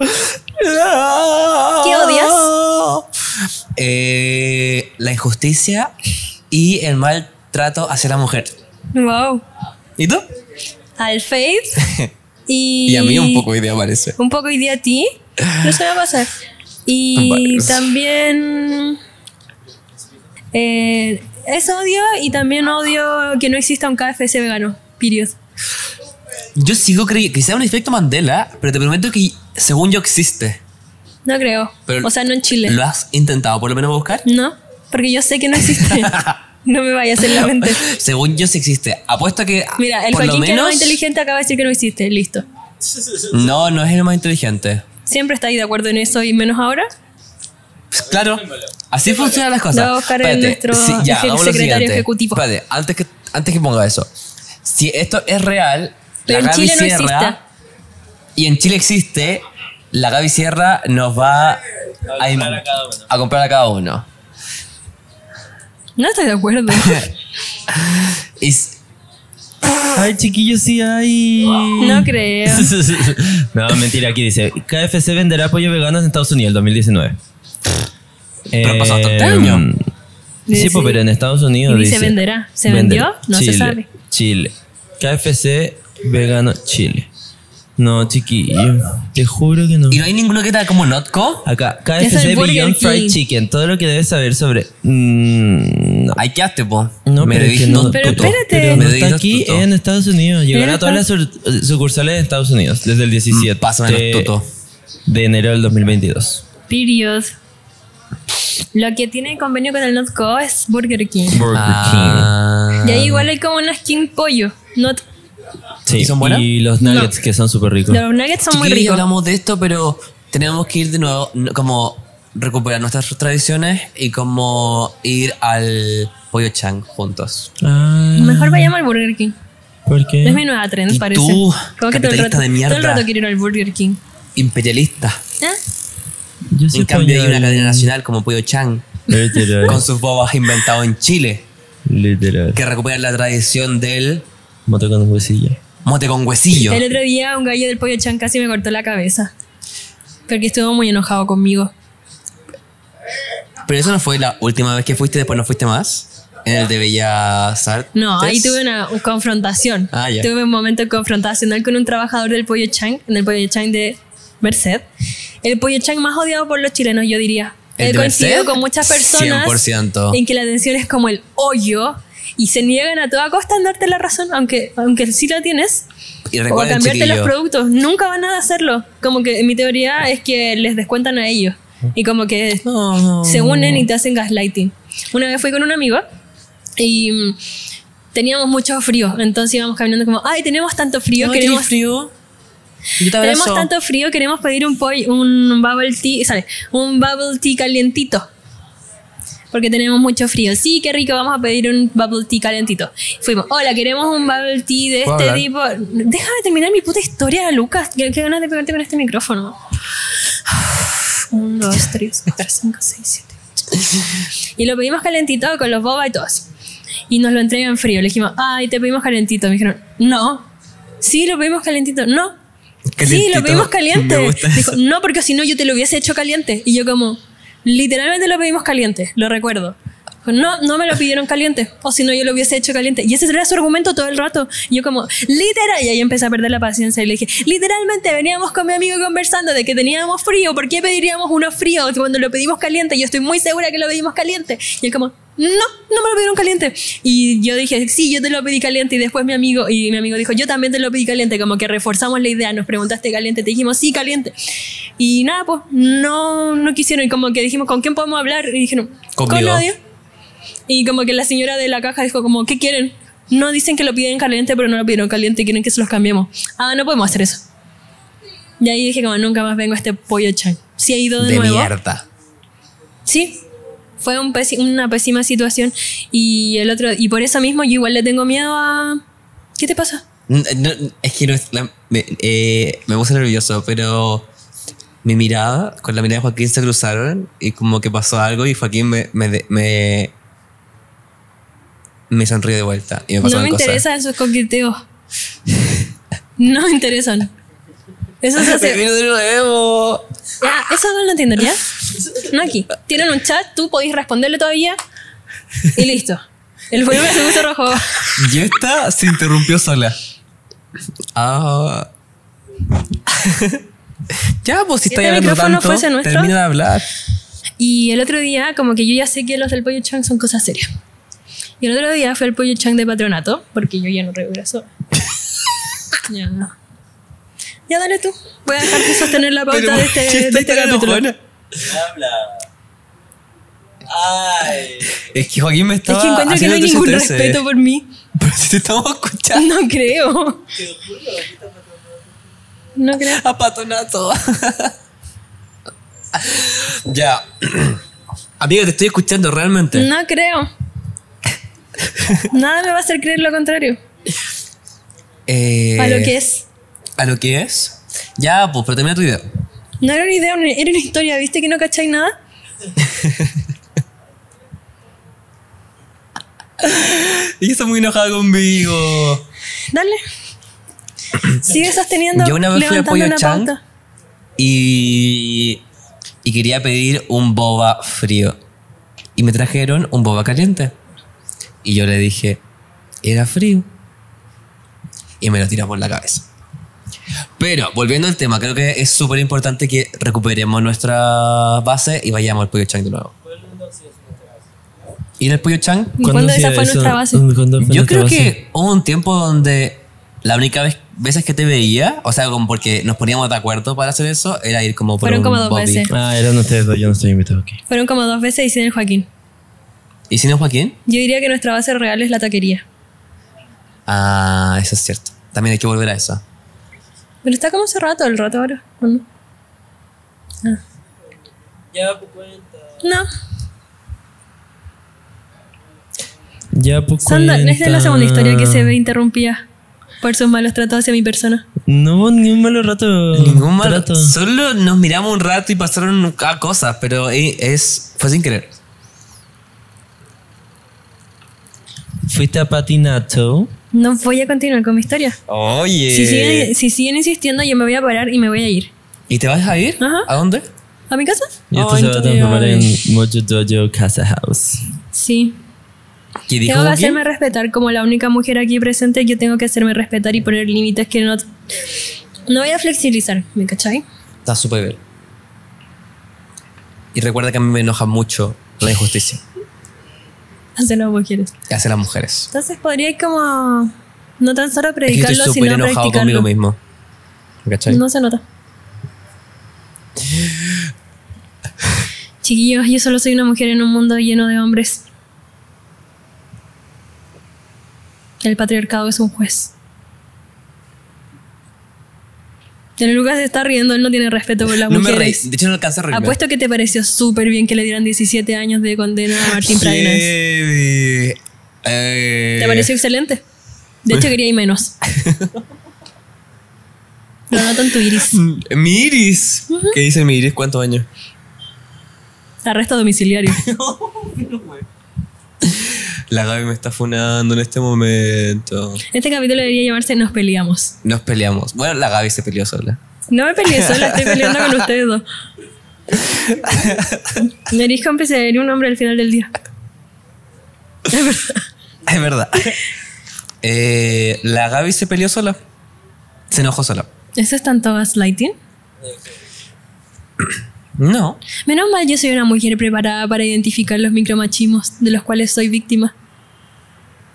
Speaker 1: ¿Qué
Speaker 2: Eh, la injusticia y el maltrato hacia la mujer.
Speaker 1: Wow.
Speaker 2: ¿Y tú?
Speaker 1: Al Fade. Y,
Speaker 2: hoy día parece.
Speaker 1: Un poco y de a ti. No se va a pasar. Y
Speaker 2: Vale.
Speaker 1: también. eh, es odio y también odio que no exista un KFC vegano. Period.
Speaker 2: Yo sigo creyendo que sea un efecto Mandela, pero te prometo que según yo existe.
Speaker 1: No creo.
Speaker 2: Pero-
Speaker 1: o sea, no en Chile.
Speaker 2: ¿Lo has intentado por lo menos buscar?
Speaker 1: No, porque yo sé que no existe. no me vayas en la mente.
Speaker 2: [LAUGHS] Según yo sí existe. Apuesto que
Speaker 1: Mira, el
Speaker 2: por lo
Speaker 1: Joaquín que era
Speaker 2: menos
Speaker 1: más inteligente acaba de decir que no existe. Listo.
Speaker 2: No, no es el más inteligente.
Speaker 1: ¿Siempre estáis de acuerdo en eso y menos ahora?
Speaker 2: Claro. Así funcionan las cosas.
Speaker 1: Lo va a buscar en nuestro eje-
Speaker 2: vamos a lo
Speaker 1: secretario
Speaker 2: siguiente.
Speaker 1: ejecutivo.
Speaker 2: Espérate, antes que, antes que ponga eso. Si esto es real,
Speaker 1: Pero en
Speaker 2: la Gaby
Speaker 1: Chile no
Speaker 2: Sierra.
Speaker 1: existe.
Speaker 2: y en Chile existe, la Gaby Sierra nos va a, a comprar a cada uno.
Speaker 1: No estoy de acuerdo.
Speaker 2: Y s-
Speaker 3: Ay, chiquillos, sí hay.
Speaker 1: No creo.
Speaker 3: [LAUGHS] no, mentira, aquí dice: KFC venderá pollo vegano en Estados Unidos el 2019.
Speaker 2: Pero
Speaker 3: Eh,
Speaker 2: pasó hasta este año.
Speaker 3: Sí, pues, pero en Estados Unidos.
Speaker 1: Y dice,
Speaker 3: dice,
Speaker 1: venderá. ¿Se vendió? No se
Speaker 3: Chile,
Speaker 1: sabe.
Speaker 3: Chile. KFC vegano Chile. No, chiquillo. Te juro que no.
Speaker 2: y no hay ninguno que tal como Notco.
Speaker 3: Acá,
Speaker 1: Es el
Speaker 3: KFC
Speaker 1: Burger
Speaker 3: Beyond Fried
Speaker 1: King.
Speaker 3: Chicken. Todo lo que debes saber sobre. Mm, no.
Speaker 2: Ahí quedaste, po.
Speaker 3: No,
Speaker 2: me
Speaker 3: pero, es
Speaker 2: debís
Speaker 3: que no,
Speaker 2: Notco.
Speaker 1: Pero espérate.
Speaker 3: pero
Speaker 2: Me
Speaker 3: no
Speaker 2: debís
Speaker 3: está aquí
Speaker 2: Notco.
Speaker 3: en Estados Unidos. Llegará a todas las sur- sucursales de Estados Unidos desde
Speaker 2: Mm,
Speaker 3: el 17
Speaker 2: Pásame los tutos.
Speaker 3: de enero del 2022.
Speaker 1: [LAUGHS] Period. Lo que tiene convenio con el NotCo es Burger King.
Speaker 3: Burger
Speaker 2: Ah.
Speaker 1: Y ahí igual hay como unas King Pollo. Not,
Speaker 3: King. Sí,
Speaker 2: ¿Y son buenas?
Speaker 3: Y los nuggets que son súper ricos.
Speaker 1: los nuggets son muy
Speaker 2: Chiquillos,
Speaker 1: ricos.
Speaker 2: hablamos de esto, pero tenemos que ir de nuevo, n- como recuperar nuestras tradiciones y como ir al pollo chang juntos.
Speaker 3: Ah,
Speaker 1: Mejor vayamos al Burger King.
Speaker 3: ¿Por qué?
Speaker 1: Es mi nueva trend,
Speaker 2: Y
Speaker 1: parece.
Speaker 2: tú,
Speaker 1: como que todo el,
Speaker 2: capitalista
Speaker 1: rato,
Speaker 2: de mierda.
Speaker 1: todo el rato quiero ir al Burger King.
Speaker 2: Imperialista.
Speaker 1: ¿Ah?
Speaker 3: Yo soy
Speaker 2: en cambio hay
Speaker 3: español.
Speaker 2: una cadena nacional como Pollo Chang,
Speaker 3: Literal.
Speaker 2: con sus bobas inventado en Chile,
Speaker 3: Literal.
Speaker 2: que recupera la tradición del
Speaker 3: Moto con un huesillo.
Speaker 2: mote con huesillo.
Speaker 1: El otro día un gallo del pollo chan casi me cortó la cabeza. Porque estuvo muy enojado conmigo.
Speaker 2: Pero eso no fue la última vez que fuiste, después no fuiste más, en el de Bellas Artes.
Speaker 1: No, ahí tuve una confrontación.
Speaker 2: Ah, ya.
Speaker 1: Tuve un momento confrontacional con un trabajador del pollo chan, en el pollo chan de Merced. El pollo chan más odiado por los chilenos, yo diría.
Speaker 2: ¿El
Speaker 1: He
Speaker 2: de
Speaker 1: coincidido
Speaker 2: Merced?
Speaker 1: con muchas personas
Speaker 2: 100%.
Speaker 1: en que la atención es como el hoyo y se niegan a toda costa en darte la razón, aunque, aunque sí la tienes.
Speaker 2: Y
Speaker 1: O a
Speaker 2: recuerden,
Speaker 1: cambiarte
Speaker 2: chiquillos,
Speaker 1: los productos. Nunca van a hacerlo. Como que mi teoría es que les descuentan a ellos. Y como que se unen y te hacen gaslighting. Una vez fui con un amigo y mm, teníamos mucho frío. Entonces íbamos caminando como, ay, tenemos tanto frío, queremos,
Speaker 2: frío? Yo te
Speaker 1: tenemos
Speaker 2: abrazo.
Speaker 1: tanto frío, queremos pedir un, poi- un bubble tea, ¿sabes? Un bubble tea calientito. Porque tenemos mucho frío. Sí, qué rico, vamos a pedir un bubble tea calientito. Fuimos, hola, queremos un bubble tea de
Speaker 2: ¿Puedo
Speaker 1: este
Speaker 2: hablar?
Speaker 1: tipo. Déjame terminar mi puta historia, Lucas. Qué, qué ganas de pegarte con este micrófono. Un, dos, tres, cuatro, cinco, seis, siete. ocho. Y lo pedimos calentito con los boba y todos. Y nos lo entregan frío. Le dijimos, ay, te pedimos calentito. Me dijeron, no. Sí, lo pedimos calentito. No. Sí,
Speaker 2: Calentito.
Speaker 1: lo pedimos caliente.
Speaker 2: Me gusta
Speaker 1: Dijo,
Speaker 2: eso.
Speaker 1: no, porque si no yo te lo hubiese hecho caliente. Y yo como, literalmente lo pedimos caliente, lo recuerdo. Dijo, No, no me lo pidieron caliente, o si no yo lo hubiese hecho caliente. Y ese era su argumento todo el rato. Y yo como, literal, y ahí empecé a perder la paciencia y le dije, literalmente veníamos con mi amigo conversando de que teníamos frío, ¿por qué pediríamos uno frío cuando lo pedimos caliente? Yo estoy muy segura que lo pedimos caliente. Y él como, no, no me lo pidieron caliente. Y yo dije, sí, yo te lo pedí caliente. Y después mi amigo, y mi amigo dijo, yo también te lo pedí caliente. Como que reforzamos la idea, nos preguntaste caliente, te dijimos, sí, caliente. Y nada, pues no, no quisieron. Y como que dijimos, ¿con quién podemos hablar? Y dijeron, con
Speaker 2: Conmigo.
Speaker 1: nadie. Y como que la señora de la caja dijo, como, ¿qué quieren? No dicen que lo piden caliente, pero no lo pidieron caliente, quieren que se los cambiemos. Ah, no podemos hacer eso. Y ahí dije, como, nunca más vengo a este pollo chan. Sí, he ido de,
Speaker 2: De
Speaker 1: nuevo.
Speaker 2: mierda.
Speaker 1: Sí, fue un pési- una pésima situación y el otro y por eso mismo yo igual le tengo miedo a ¿Qué te pasa?
Speaker 2: No, no, es que no es la- me, eh, me puse nervioso, pero mi mirada con la mirada de Joaquín se cruzaron y como que pasó algo y Joaquín me, me, de- me, me sonríe de vuelta y me
Speaker 1: No
Speaker 2: pasaron
Speaker 1: me
Speaker 2: cosas. [LAUGHS]
Speaker 1: interesan sus coqueteos. No me interesan. Eso se
Speaker 2: ¡Me
Speaker 1: hace.
Speaker 2: vino de nuevo!
Speaker 1: Ya, eso no lo entiendo, ¿ya? No aquí. Tienen un chat, tú podéis responderle todavía y listo. El volumen se puso rojo.
Speaker 2: Y esta se interrumpió sola. Ah. [LAUGHS] ya, pues si
Speaker 1: Si
Speaker 2: está
Speaker 1: este
Speaker 2: hablando
Speaker 1: micrófono
Speaker 2: tanto,
Speaker 1: fuese nuestro-
Speaker 2: termina de hablar.
Speaker 1: Y el otro día, como que yo ya sé que los del pollo chang son cosas serias. Y el otro día fue el pollo chang de patronato, porque yo ya no regreso.
Speaker 2: [LAUGHS]
Speaker 1: ya no. Ya dale tú. Voy a dejar de sostener la pauta
Speaker 2: [LAUGHS]
Speaker 1: de este, de este capítulo.
Speaker 2: Es que Joaquín me
Speaker 1: Es
Speaker 2: estaba
Speaker 1: que encuentro que no hay
Speaker 2: haciendo eh.
Speaker 1: ningún
Speaker 2: 13.
Speaker 1: respeto por mí.
Speaker 2: [LAUGHS] Pero si estamos
Speaker 1: [LAUGHS]
Speaker 2: escuchando
Speaker 1: No creo. No creo.
Speaker 2: a Patonato. [LAUGHS] Ya. [CLEARS THROAT] Amiga, te estoy escuchando realmente.
Speaker 1: No creo. Nada me va a hacer creer lo contrario.
Speaker 2: Eh,
Speaker 1: A lo que es.
Speaker 2: ¿A lo que es? Ya, pues, pero termina tu idea.
Speaker 1: No era una idea, una- era una historia. ¿Viste que no cacháis nada?
Speaker 2: Ella está muy enojada conmigo.
Speaker 1: Dale. Sigue sosteniendo,
Speaker 2: Yo una vez fui a
Speaker 1: levantando
Speaker 2: Pollo
Speaker 1: una
Speaker 2: Chan.
Speaker 1: pauta.
Speaker 2: Y, y quería pedir un boba frío. Y me trajeron un boba caliente. Y yo le dije, era frío. Y me lo tiró por la cabeza. Pero, volviendo al tema, creo que es súper importante que recuperemos nuestra base y vayamos al Pollo Chang de nuevo. ¿Ir al Pollo Chang?
Speaker 1: ¿Y cuándo esa fue nuestra base?
Speaker 2: Yo creo que hubo un tiempo donde la única vez veces que te veía, o sea, como porque nos poníamos de acuerdo para hacer eso, era ir como por
Speaker 1: Fueron
Speaker 2: un
Speaker 1: como dos
Speaker 2: Bobby.
Speaker 1: veces.
Speaker 3: Ah, eran ustedes dos, yo no estoy invitado aquí.
Speaker 1: Fueron como dos veces y sin el Joaquín.
Speaker 2: ¿Y si no Joaquín?
Speaker 1: Yo diría que nuestra base real es la taquería.
Speaker 2: Ah, eso es cierto. También hay que volver a eso.
Speaker 1: Pero está como hace rato, el rato ahora. ¿o no? Ah. No,
Speaker 3: Ya, pues.
Speaker 1: Sandra, esta es la
Speaker 3: cuenta.
Speaker 1: segunda historia que se ve interrumpida por sus malos tratos hacia mi persona.
Speaker 3: No, ni un malo rato.
Speaker 2: Ningún mal
Speaker 3: trato.
Speaker 2: Solo nos miramos un rato y pasaron ah, cosas, pero eh, es fue sin querer.
Speaker 3: Fuiste a patinato.
Speaker 1: No voy a continuar con mi historia.
Speaker 2: Oye.
Speaker 1: Si, siguen, si siguen insistiendo, yo me voy a parar y me voy a ir.
Speaker 2: ¿Y te vas a ir?
Speaker 1: Ajá.
Speaker 2: ¿A dónde?
Speaker 1: ¿A mi casa?
Speaker 3: Y esto
Speaker 2: Ay,
Speaker 3: se va a
Speaker 2: Antonio,
Speaker 3: transformar en
Speaker 2: ay.
Speaker 3: Mojo Dojo Casa House.
Speaker 1: Sí.
Speaker 2: ¿Qué dijo
Speaker 1: Tengo que
Speaker 2: Joaquín?
Speaker 1: hacerme respetar. Como la única mujer aquí presente, yo tengo que hacerme respetar y poner límites que no. No voy a flexibilizar, ¿me cachai?
Speaker 2: Está súper bien. Y recuerda que a mí me enoja mucho la injusticia
Speaker 1: Hacia las mujeres.
Speaker 2: hacia las mujeres.
Speaker 1: Entonces podría como. No tan solo
Speaker 2: Es que yo estoy
Speaker 1: predicarlo,
Speaker 2: súper
Speaker 1: sino
Speaker 2: enojado
Speaker 1: practicarlo.
Speaker 2: conmigo mismo. ¿Me cachai?
Speaker 1: No se nota. Chiquillos, yo solo soy una mujer en un mundo lleno de hombres. El patriarcado es un juez. El Lucas se está riendo, él no tiene respeto por las
Speaker 2: No me reí.
Speaker 1: mujeres.
Speaker 2: De hecho, no alcancé a reírme.
Speaker 1: Apuesto que te pareció súper bien que le dieran 17 años de condena a Martín Pradenas.
Speaker 2: Heavy. Eh,
Speaker 1: ¿Te pareció excelente? De hecho, quería ir
Speaker 2: [LAUGHS]
Speaker 1: menos. Lo noto en tu iris.
Speaker 2: mm, Mi iris. ¿Qué dice mi iris? ¿Cuántos años?
Speaker 1: Arresto domiciliario.
Speaker 2: La Gaby me está funando en este momento.
Speaker 1: Este capítulo debería llamarse Nos peleamos.
Speaker 2: Nos peleamos. Bueno, la Gaby se peleó sola. [LAUGHS]
Speaker 1: No me peleé sola, estoy peleando con ustedes dos. Nariz cómplice sería un hombre al final del día. Es verdad.
Speaker 2: Es verdad. [LAUGHS] Eh, la Gaby se peleó sola. Se enojó sola.
Speaker 1: ¿Eso es tanto gaslighting?
Speaker 2: No.
Speaker 1: Menos mal yo soy una mujer preparada para identificar los micromachismos de los cuales soy víctima.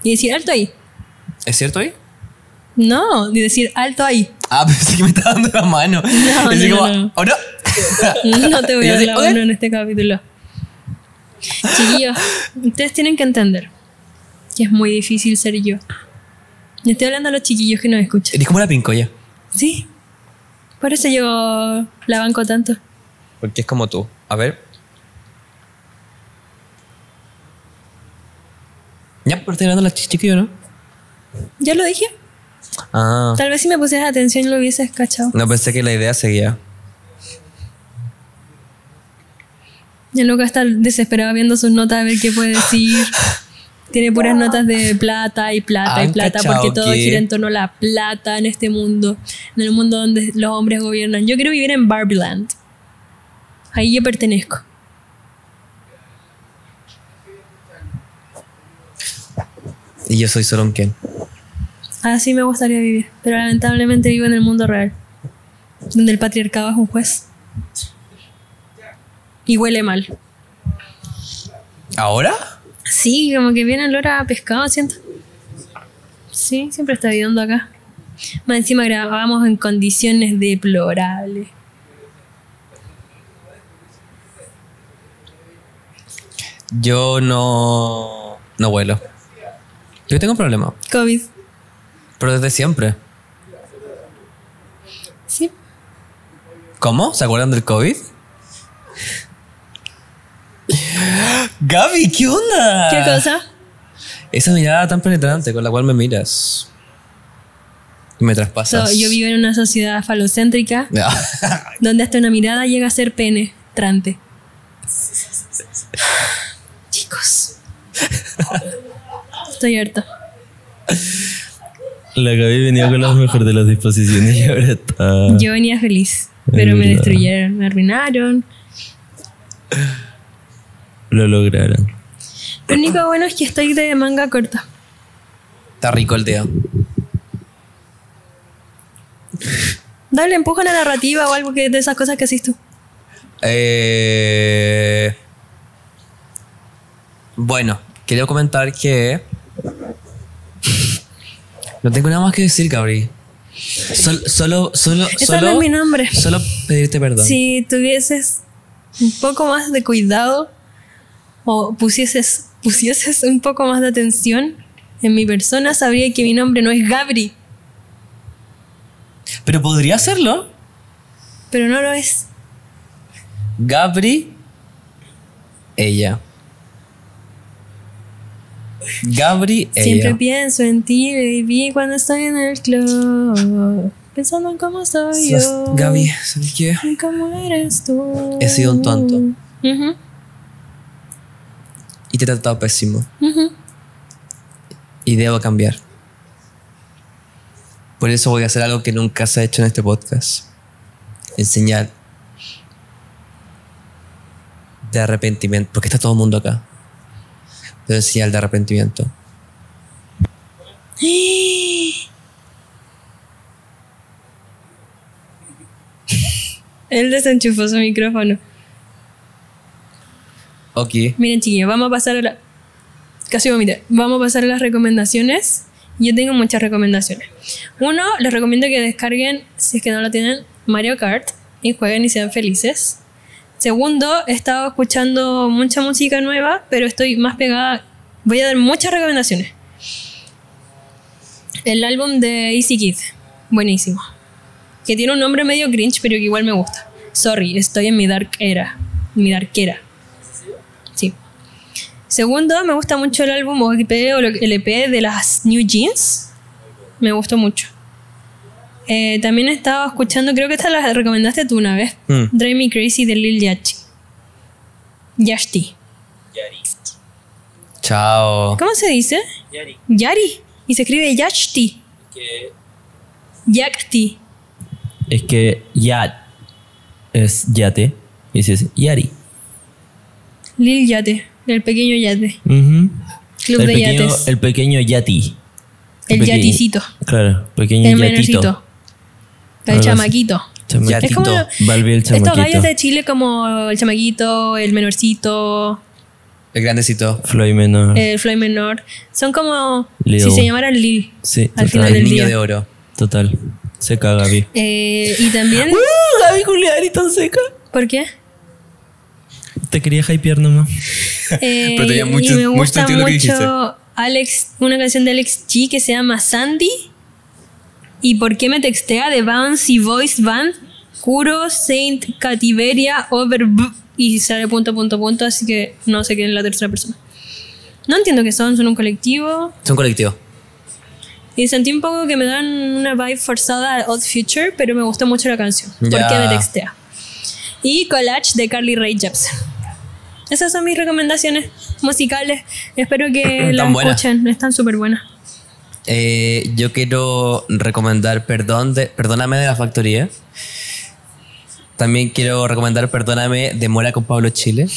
Speaker 1: Y decir alto ahí.
Speaker 2: ¿Es cierto ahí?
Speaker 1: No, y decir alto ahí.
Speaker 2: Ah, [LAUGHS] pensé que me estaba dando la mano.
Speaker 1: No,
Speaker 2: Así
Speaker 1: no,
Speaker 2: como,
Speaker 1: no.
Speaker 2: "Oh, no". [LAUGHS]
Speaker 1: No te voy
Speaker 2: Y
Speaker 1: a
Speaker 2: así,
Speaker 1: dar la
Speaker 2: "Ok".
Speaker 1: mano en este capítulo. Chiquillos, ustedes tienen que entender que es muy difícil ser yo. Le estoy hablando a los chiquillos que nos escuchan.
Speaker 2: Eres como la pincoya.
Speaker 1: Sí. Por eso yo la banco tanto.
Speaker 2: Porque es como tú. A ver. Ya, pero estoy hablando a la chi- chiquillo, ¿no?
Speaker 1: Ya lo dije.
Speaker 2: Ah.
Speaker 1: Tal vez si me pusieras atención lo hubieses cachado.
Speaker 2: No pensé que la idea seguía.
Speaker 1: El Lucas está desesperado viendo sus notas a ver qué puede [LAUGHS] decir. Tiene puras notas de plata y plata y
Speaker 2: ¿Han
Speaker 1: plata
Speaker 2: cachado
Speaker 1: porque todo
Speaker 2: que-
Speaker 1: gira en torno a la plata en este mundo, en el mundo donde los hombres gobiernan. Yo quiero vivir en Barbieland. Ahí yo pertenezco.
Speaker 2: Y yo soy solo un Ken.
Speaker 1: Así me gustaría vivir, pero lamentablemente vivo en el mundo real, donde el patriarcado es un juez. Y huele mal.
Speaker 2: ¿Ahora?
Speaker 1: Sí, como que viene olor a pescado, siento. Sí, siempre está viviendo acá. Más encima grabamos en condiciones deplorables.
Speaker 2: Yo no. No vuelo. Yo tengo un problema.
Speaker 1: COVID.
Speaker 2: Pero desde siempre.
Speaker 1: Sí.
Speaker 2: ¿Cómo? ¿Se acuerdan del COVID? [GASPS] Gaby, ¿qué onda?
Speaker 1: ¿Qué cosa?
Speaker 2: Esa mirada tan penetrante con la cual me miras. Me traspasas.
Speaker 1: So, yo vivo en una sociedad falocéntrica donde hasta una mirada llega a ser penetrante. Chicos. Estoy harta.
Speaker 3: La Gaby venía con las mejores de las disposiciones y ahora está.
Speaker 1: Yo venía feliz, pero me
Speaker 3: verdad.
Speaker 1: destruyeron, me arruinaron.
Speaker 3: Lo lograron.
Speaker 1: Lo único bueno es que estoy de manga corta.
Speaker 2: [LAUGHS] Está rico el dedo.
Speaker 1: Dale empuje a la narrativa o algo que de esas cosas que haces tú.
Speaker 2: Eh, bueno, quería comentar que. [LAUGHS] No tengo nada más que decir, Gabriel. Sol- solo, solo,
Speaker 1: Ese
Speaker 2: solo.
Speaker 1: no es mi nombre.
Speaker 2: Solo pedirte perdón.
Speaker 1: Si tuvieses un poco más de cuidado o pusieses, pusieses un poco más de atención en mi persona, sabría que mi nombre no es Gabri,
Speaker 2: Pero podría hacerlo.
Speaker 1: pero no lo es.
Speaker 2: Gabri. Ella. Gabri,
Speaker 1: Siempre
Speaker 2: ella.
Speaker 1: pienso en ti, baby, cuando estoy en el club. Pensando en cómo soy
Speaker 2: Sos-
Speaker 1: yo.
Speaker 2: Gaby, ¿sabes qué?
Speaker 1: en cómo eres tú.
Speaker 2: He sido un tonto.
Speaker 1: Ujú,
Speaker 2: Y te he tratado pésimo.
Speaker 1: ujú.
Speaker 2: y debo cambiar. Por eso voy a hacer algo que nunca se ha hecho en este podcast. Enseñar de arrepentimiento, porque está todo el mundo acá. Pero enseñar de arrepentimiento.
Speaker 1: [GASPS] Él desenchufó su micrófono.
Speaker 2: Ok.
Speaker 1: Miren, chiquillos, vamos a pasar a la. Casi vomité. Vamos a pasar a las recomendaciones. Yo tengo muchas recomendaciones. Uno, les recomiendo que descarguen, si es que no lo tienen, Mario Kart y jueguen y sean felices. Segundo, he estado escuchando mucha música nueva, pero estoy más pegada. Voy a dar muchas recomendaciones. El álbum de Easy Kid, buenísimo. Que tiene un nombre medio cringe, pero que igual me gusta. Sorry, estoy en mi dark era. Mi dark era. Sí. Segundo, me gusta mucho el álbum o EP o lo- el EP de las New Jeans. Me gustó mucho. Eh, también he estado escuchando, creo que esta la recomendaste tú una vez.
Speaker 2: Mm.
Speaker 1: Drive Me Crazy de Lil Yachty. Yachty.
Speaker 2: Chao.
Speaker 1: ¿Cómo se dice? Yari. Y se escribe Yachty. Yachty.
Speaker 3: Es que ya es yate. Y dices yari.
Speaker 1: Lil Yate. El pequeño yate.
Speaker 3: Ujú.
Speaker 1: Club
Speaker 3: el,
Speaker 1: de
Speaker 3: pequeño,
Speaker 1: yates.
Speaker 3: el pequeño yati.
Speaker 1: El
Speaker 3: pequeño-
Speaker 1: yaticito.
Speaker 3: Claro, pequeño
Speaker 1: El
Speaker 3: yatito.
Speaker 1: menorcito. El
Speaker 3: Algo así.
Speaker 1: chamaquito.
Speaker 3: Chama-
Speaker 2: Yati.
Speaker 1: Es como
Speaker 2: Chamaquito.
Speaker 3: Valverde el
Speaker 1: estos
Speaker 3: chamaquito.
Speaker 1: gallos de Chile como el chamaquito, el menorcito,
Speaker 2: El grandecito.
Speaker 3: Floyd menor.
Speaker 2: Ah.
Speaker 1: el fly eh, menor. Son como
Speaker 3: Lil.
Speaker 1: si se llamaran Lil.
Speaker 3: sí,
Speaker 1: al
Speaker 3: total.
Speaker 1: final
Speaker 2: El
Speaker 1: del-
Speaker 2: niño
Speaker 1: día.
Speaker 2: de oro.
Speaker 3: Total. Se caga, Gaby.
Speaker 1: Eh, y también...
Speaker 3: ¡Uh, Gaby Culiari tan seca!
Speaker 1: ¿Por qué?
Speaker 3: Te quería hypear nomás.
Speaker 1: Eh,
Speaker 2: [LAUGHS] Pero tenía mucho-
Speaker 1: y me
Speaker 2: mucho
Speaker 1: gusta
Speaker 2: sentido lo que dijiste.
Speaker 1: mucho Alex, una canción de Alex G que se llama Sandy. ¿Y por qué me textea de Bouncy Voice Band? Juro, Saint Cativeria, Over B- y sale punto, punto, punto, así que no sé quién es la tercera persona. No entiendo qué son, son un colectivo.
Speaker 2: Es un colectivo.
Speaker 1: Y sentí un poco que me dan una vibe forzada a Odd Future, pero me gustó mucho la canción. ¿Por
Speaker 2: Ya.
Speaker 1: qué me textea? Y Collage de Carly Rae Jepsen. Esas son mis recomendaciones musicales. Espero que
Speaker 2: [LAUGHS] Están
Speaker 1: las
Speaker 2: buenas.
Speaker 1: escuchen. Están súper buenas.
Speaker 2: Eh, yo quiero recomendar Perdón de, Perdóname de la Factoría. También quiero recomendar Perdóname de Mora con Pablo Chile.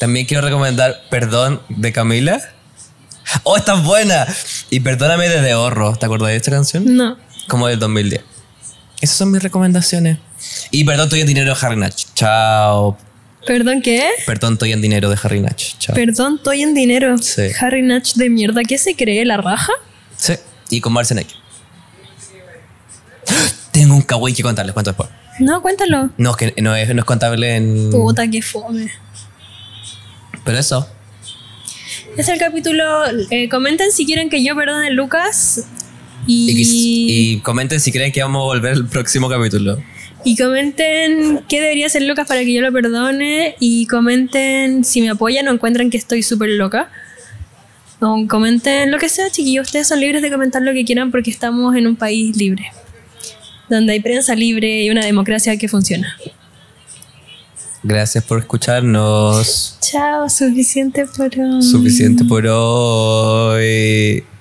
Speaker 2: También quiero recomendar Perdón de Camila. ¡Oh, está buena! Y Perdóname de Dehorro. ¿Te acuerdas de esta canción?
Speaker 1: No.
Speaker 2: Como del 2010. Esas son mis recomendaciones. Y Perdón, estoy en dinero de Harry Natch. Chao.
Speaker 1: ¿Perdón qué?
Speaker 2: Perdón, estoy en dinero de Harry Natch. Chao.
Speaker 1: Perdón, estoy en dinero.
Speaker 2: Ah. Sí.
Speaker 1: Harry Natch de mierda. ¿Qué se cree? ¿La raja?
Speaker 2: Sí. Y con Marcenek. [GASPS] Tengo un kawaii que contarles. ¿Cuánto después?
Speaker 1: No, cuéntalo.
Speaker 2: No, que no es, no es contable en.
Speaker 1: Puta, qué fome.
Speaker 2: Pero eso.
Speaker 1: Es el capítulo. eh, comenten si quieren que yo perdone a Lucas. Y,
Speaker 2: Y, quis- y comenten si creen que vamos a volver al próximo capítulo.
Speaker 1: Y comenten qué debería hacer Lucas para que yo lo perdone. Y comenten si me apoyan o encuentran que estoy súper loca. O comenten lo que sea, chiquillos. Ustedes son libres de comentar lo que quieran porque estamos en un país libre. Donde hay prensa libre y una democracia que funciona.
Speaker 2: Gracias por escucharnos.
Speaker 1: Mm. Chao, suficiente por hoy.
Speaker 2: Suficiente por hoy.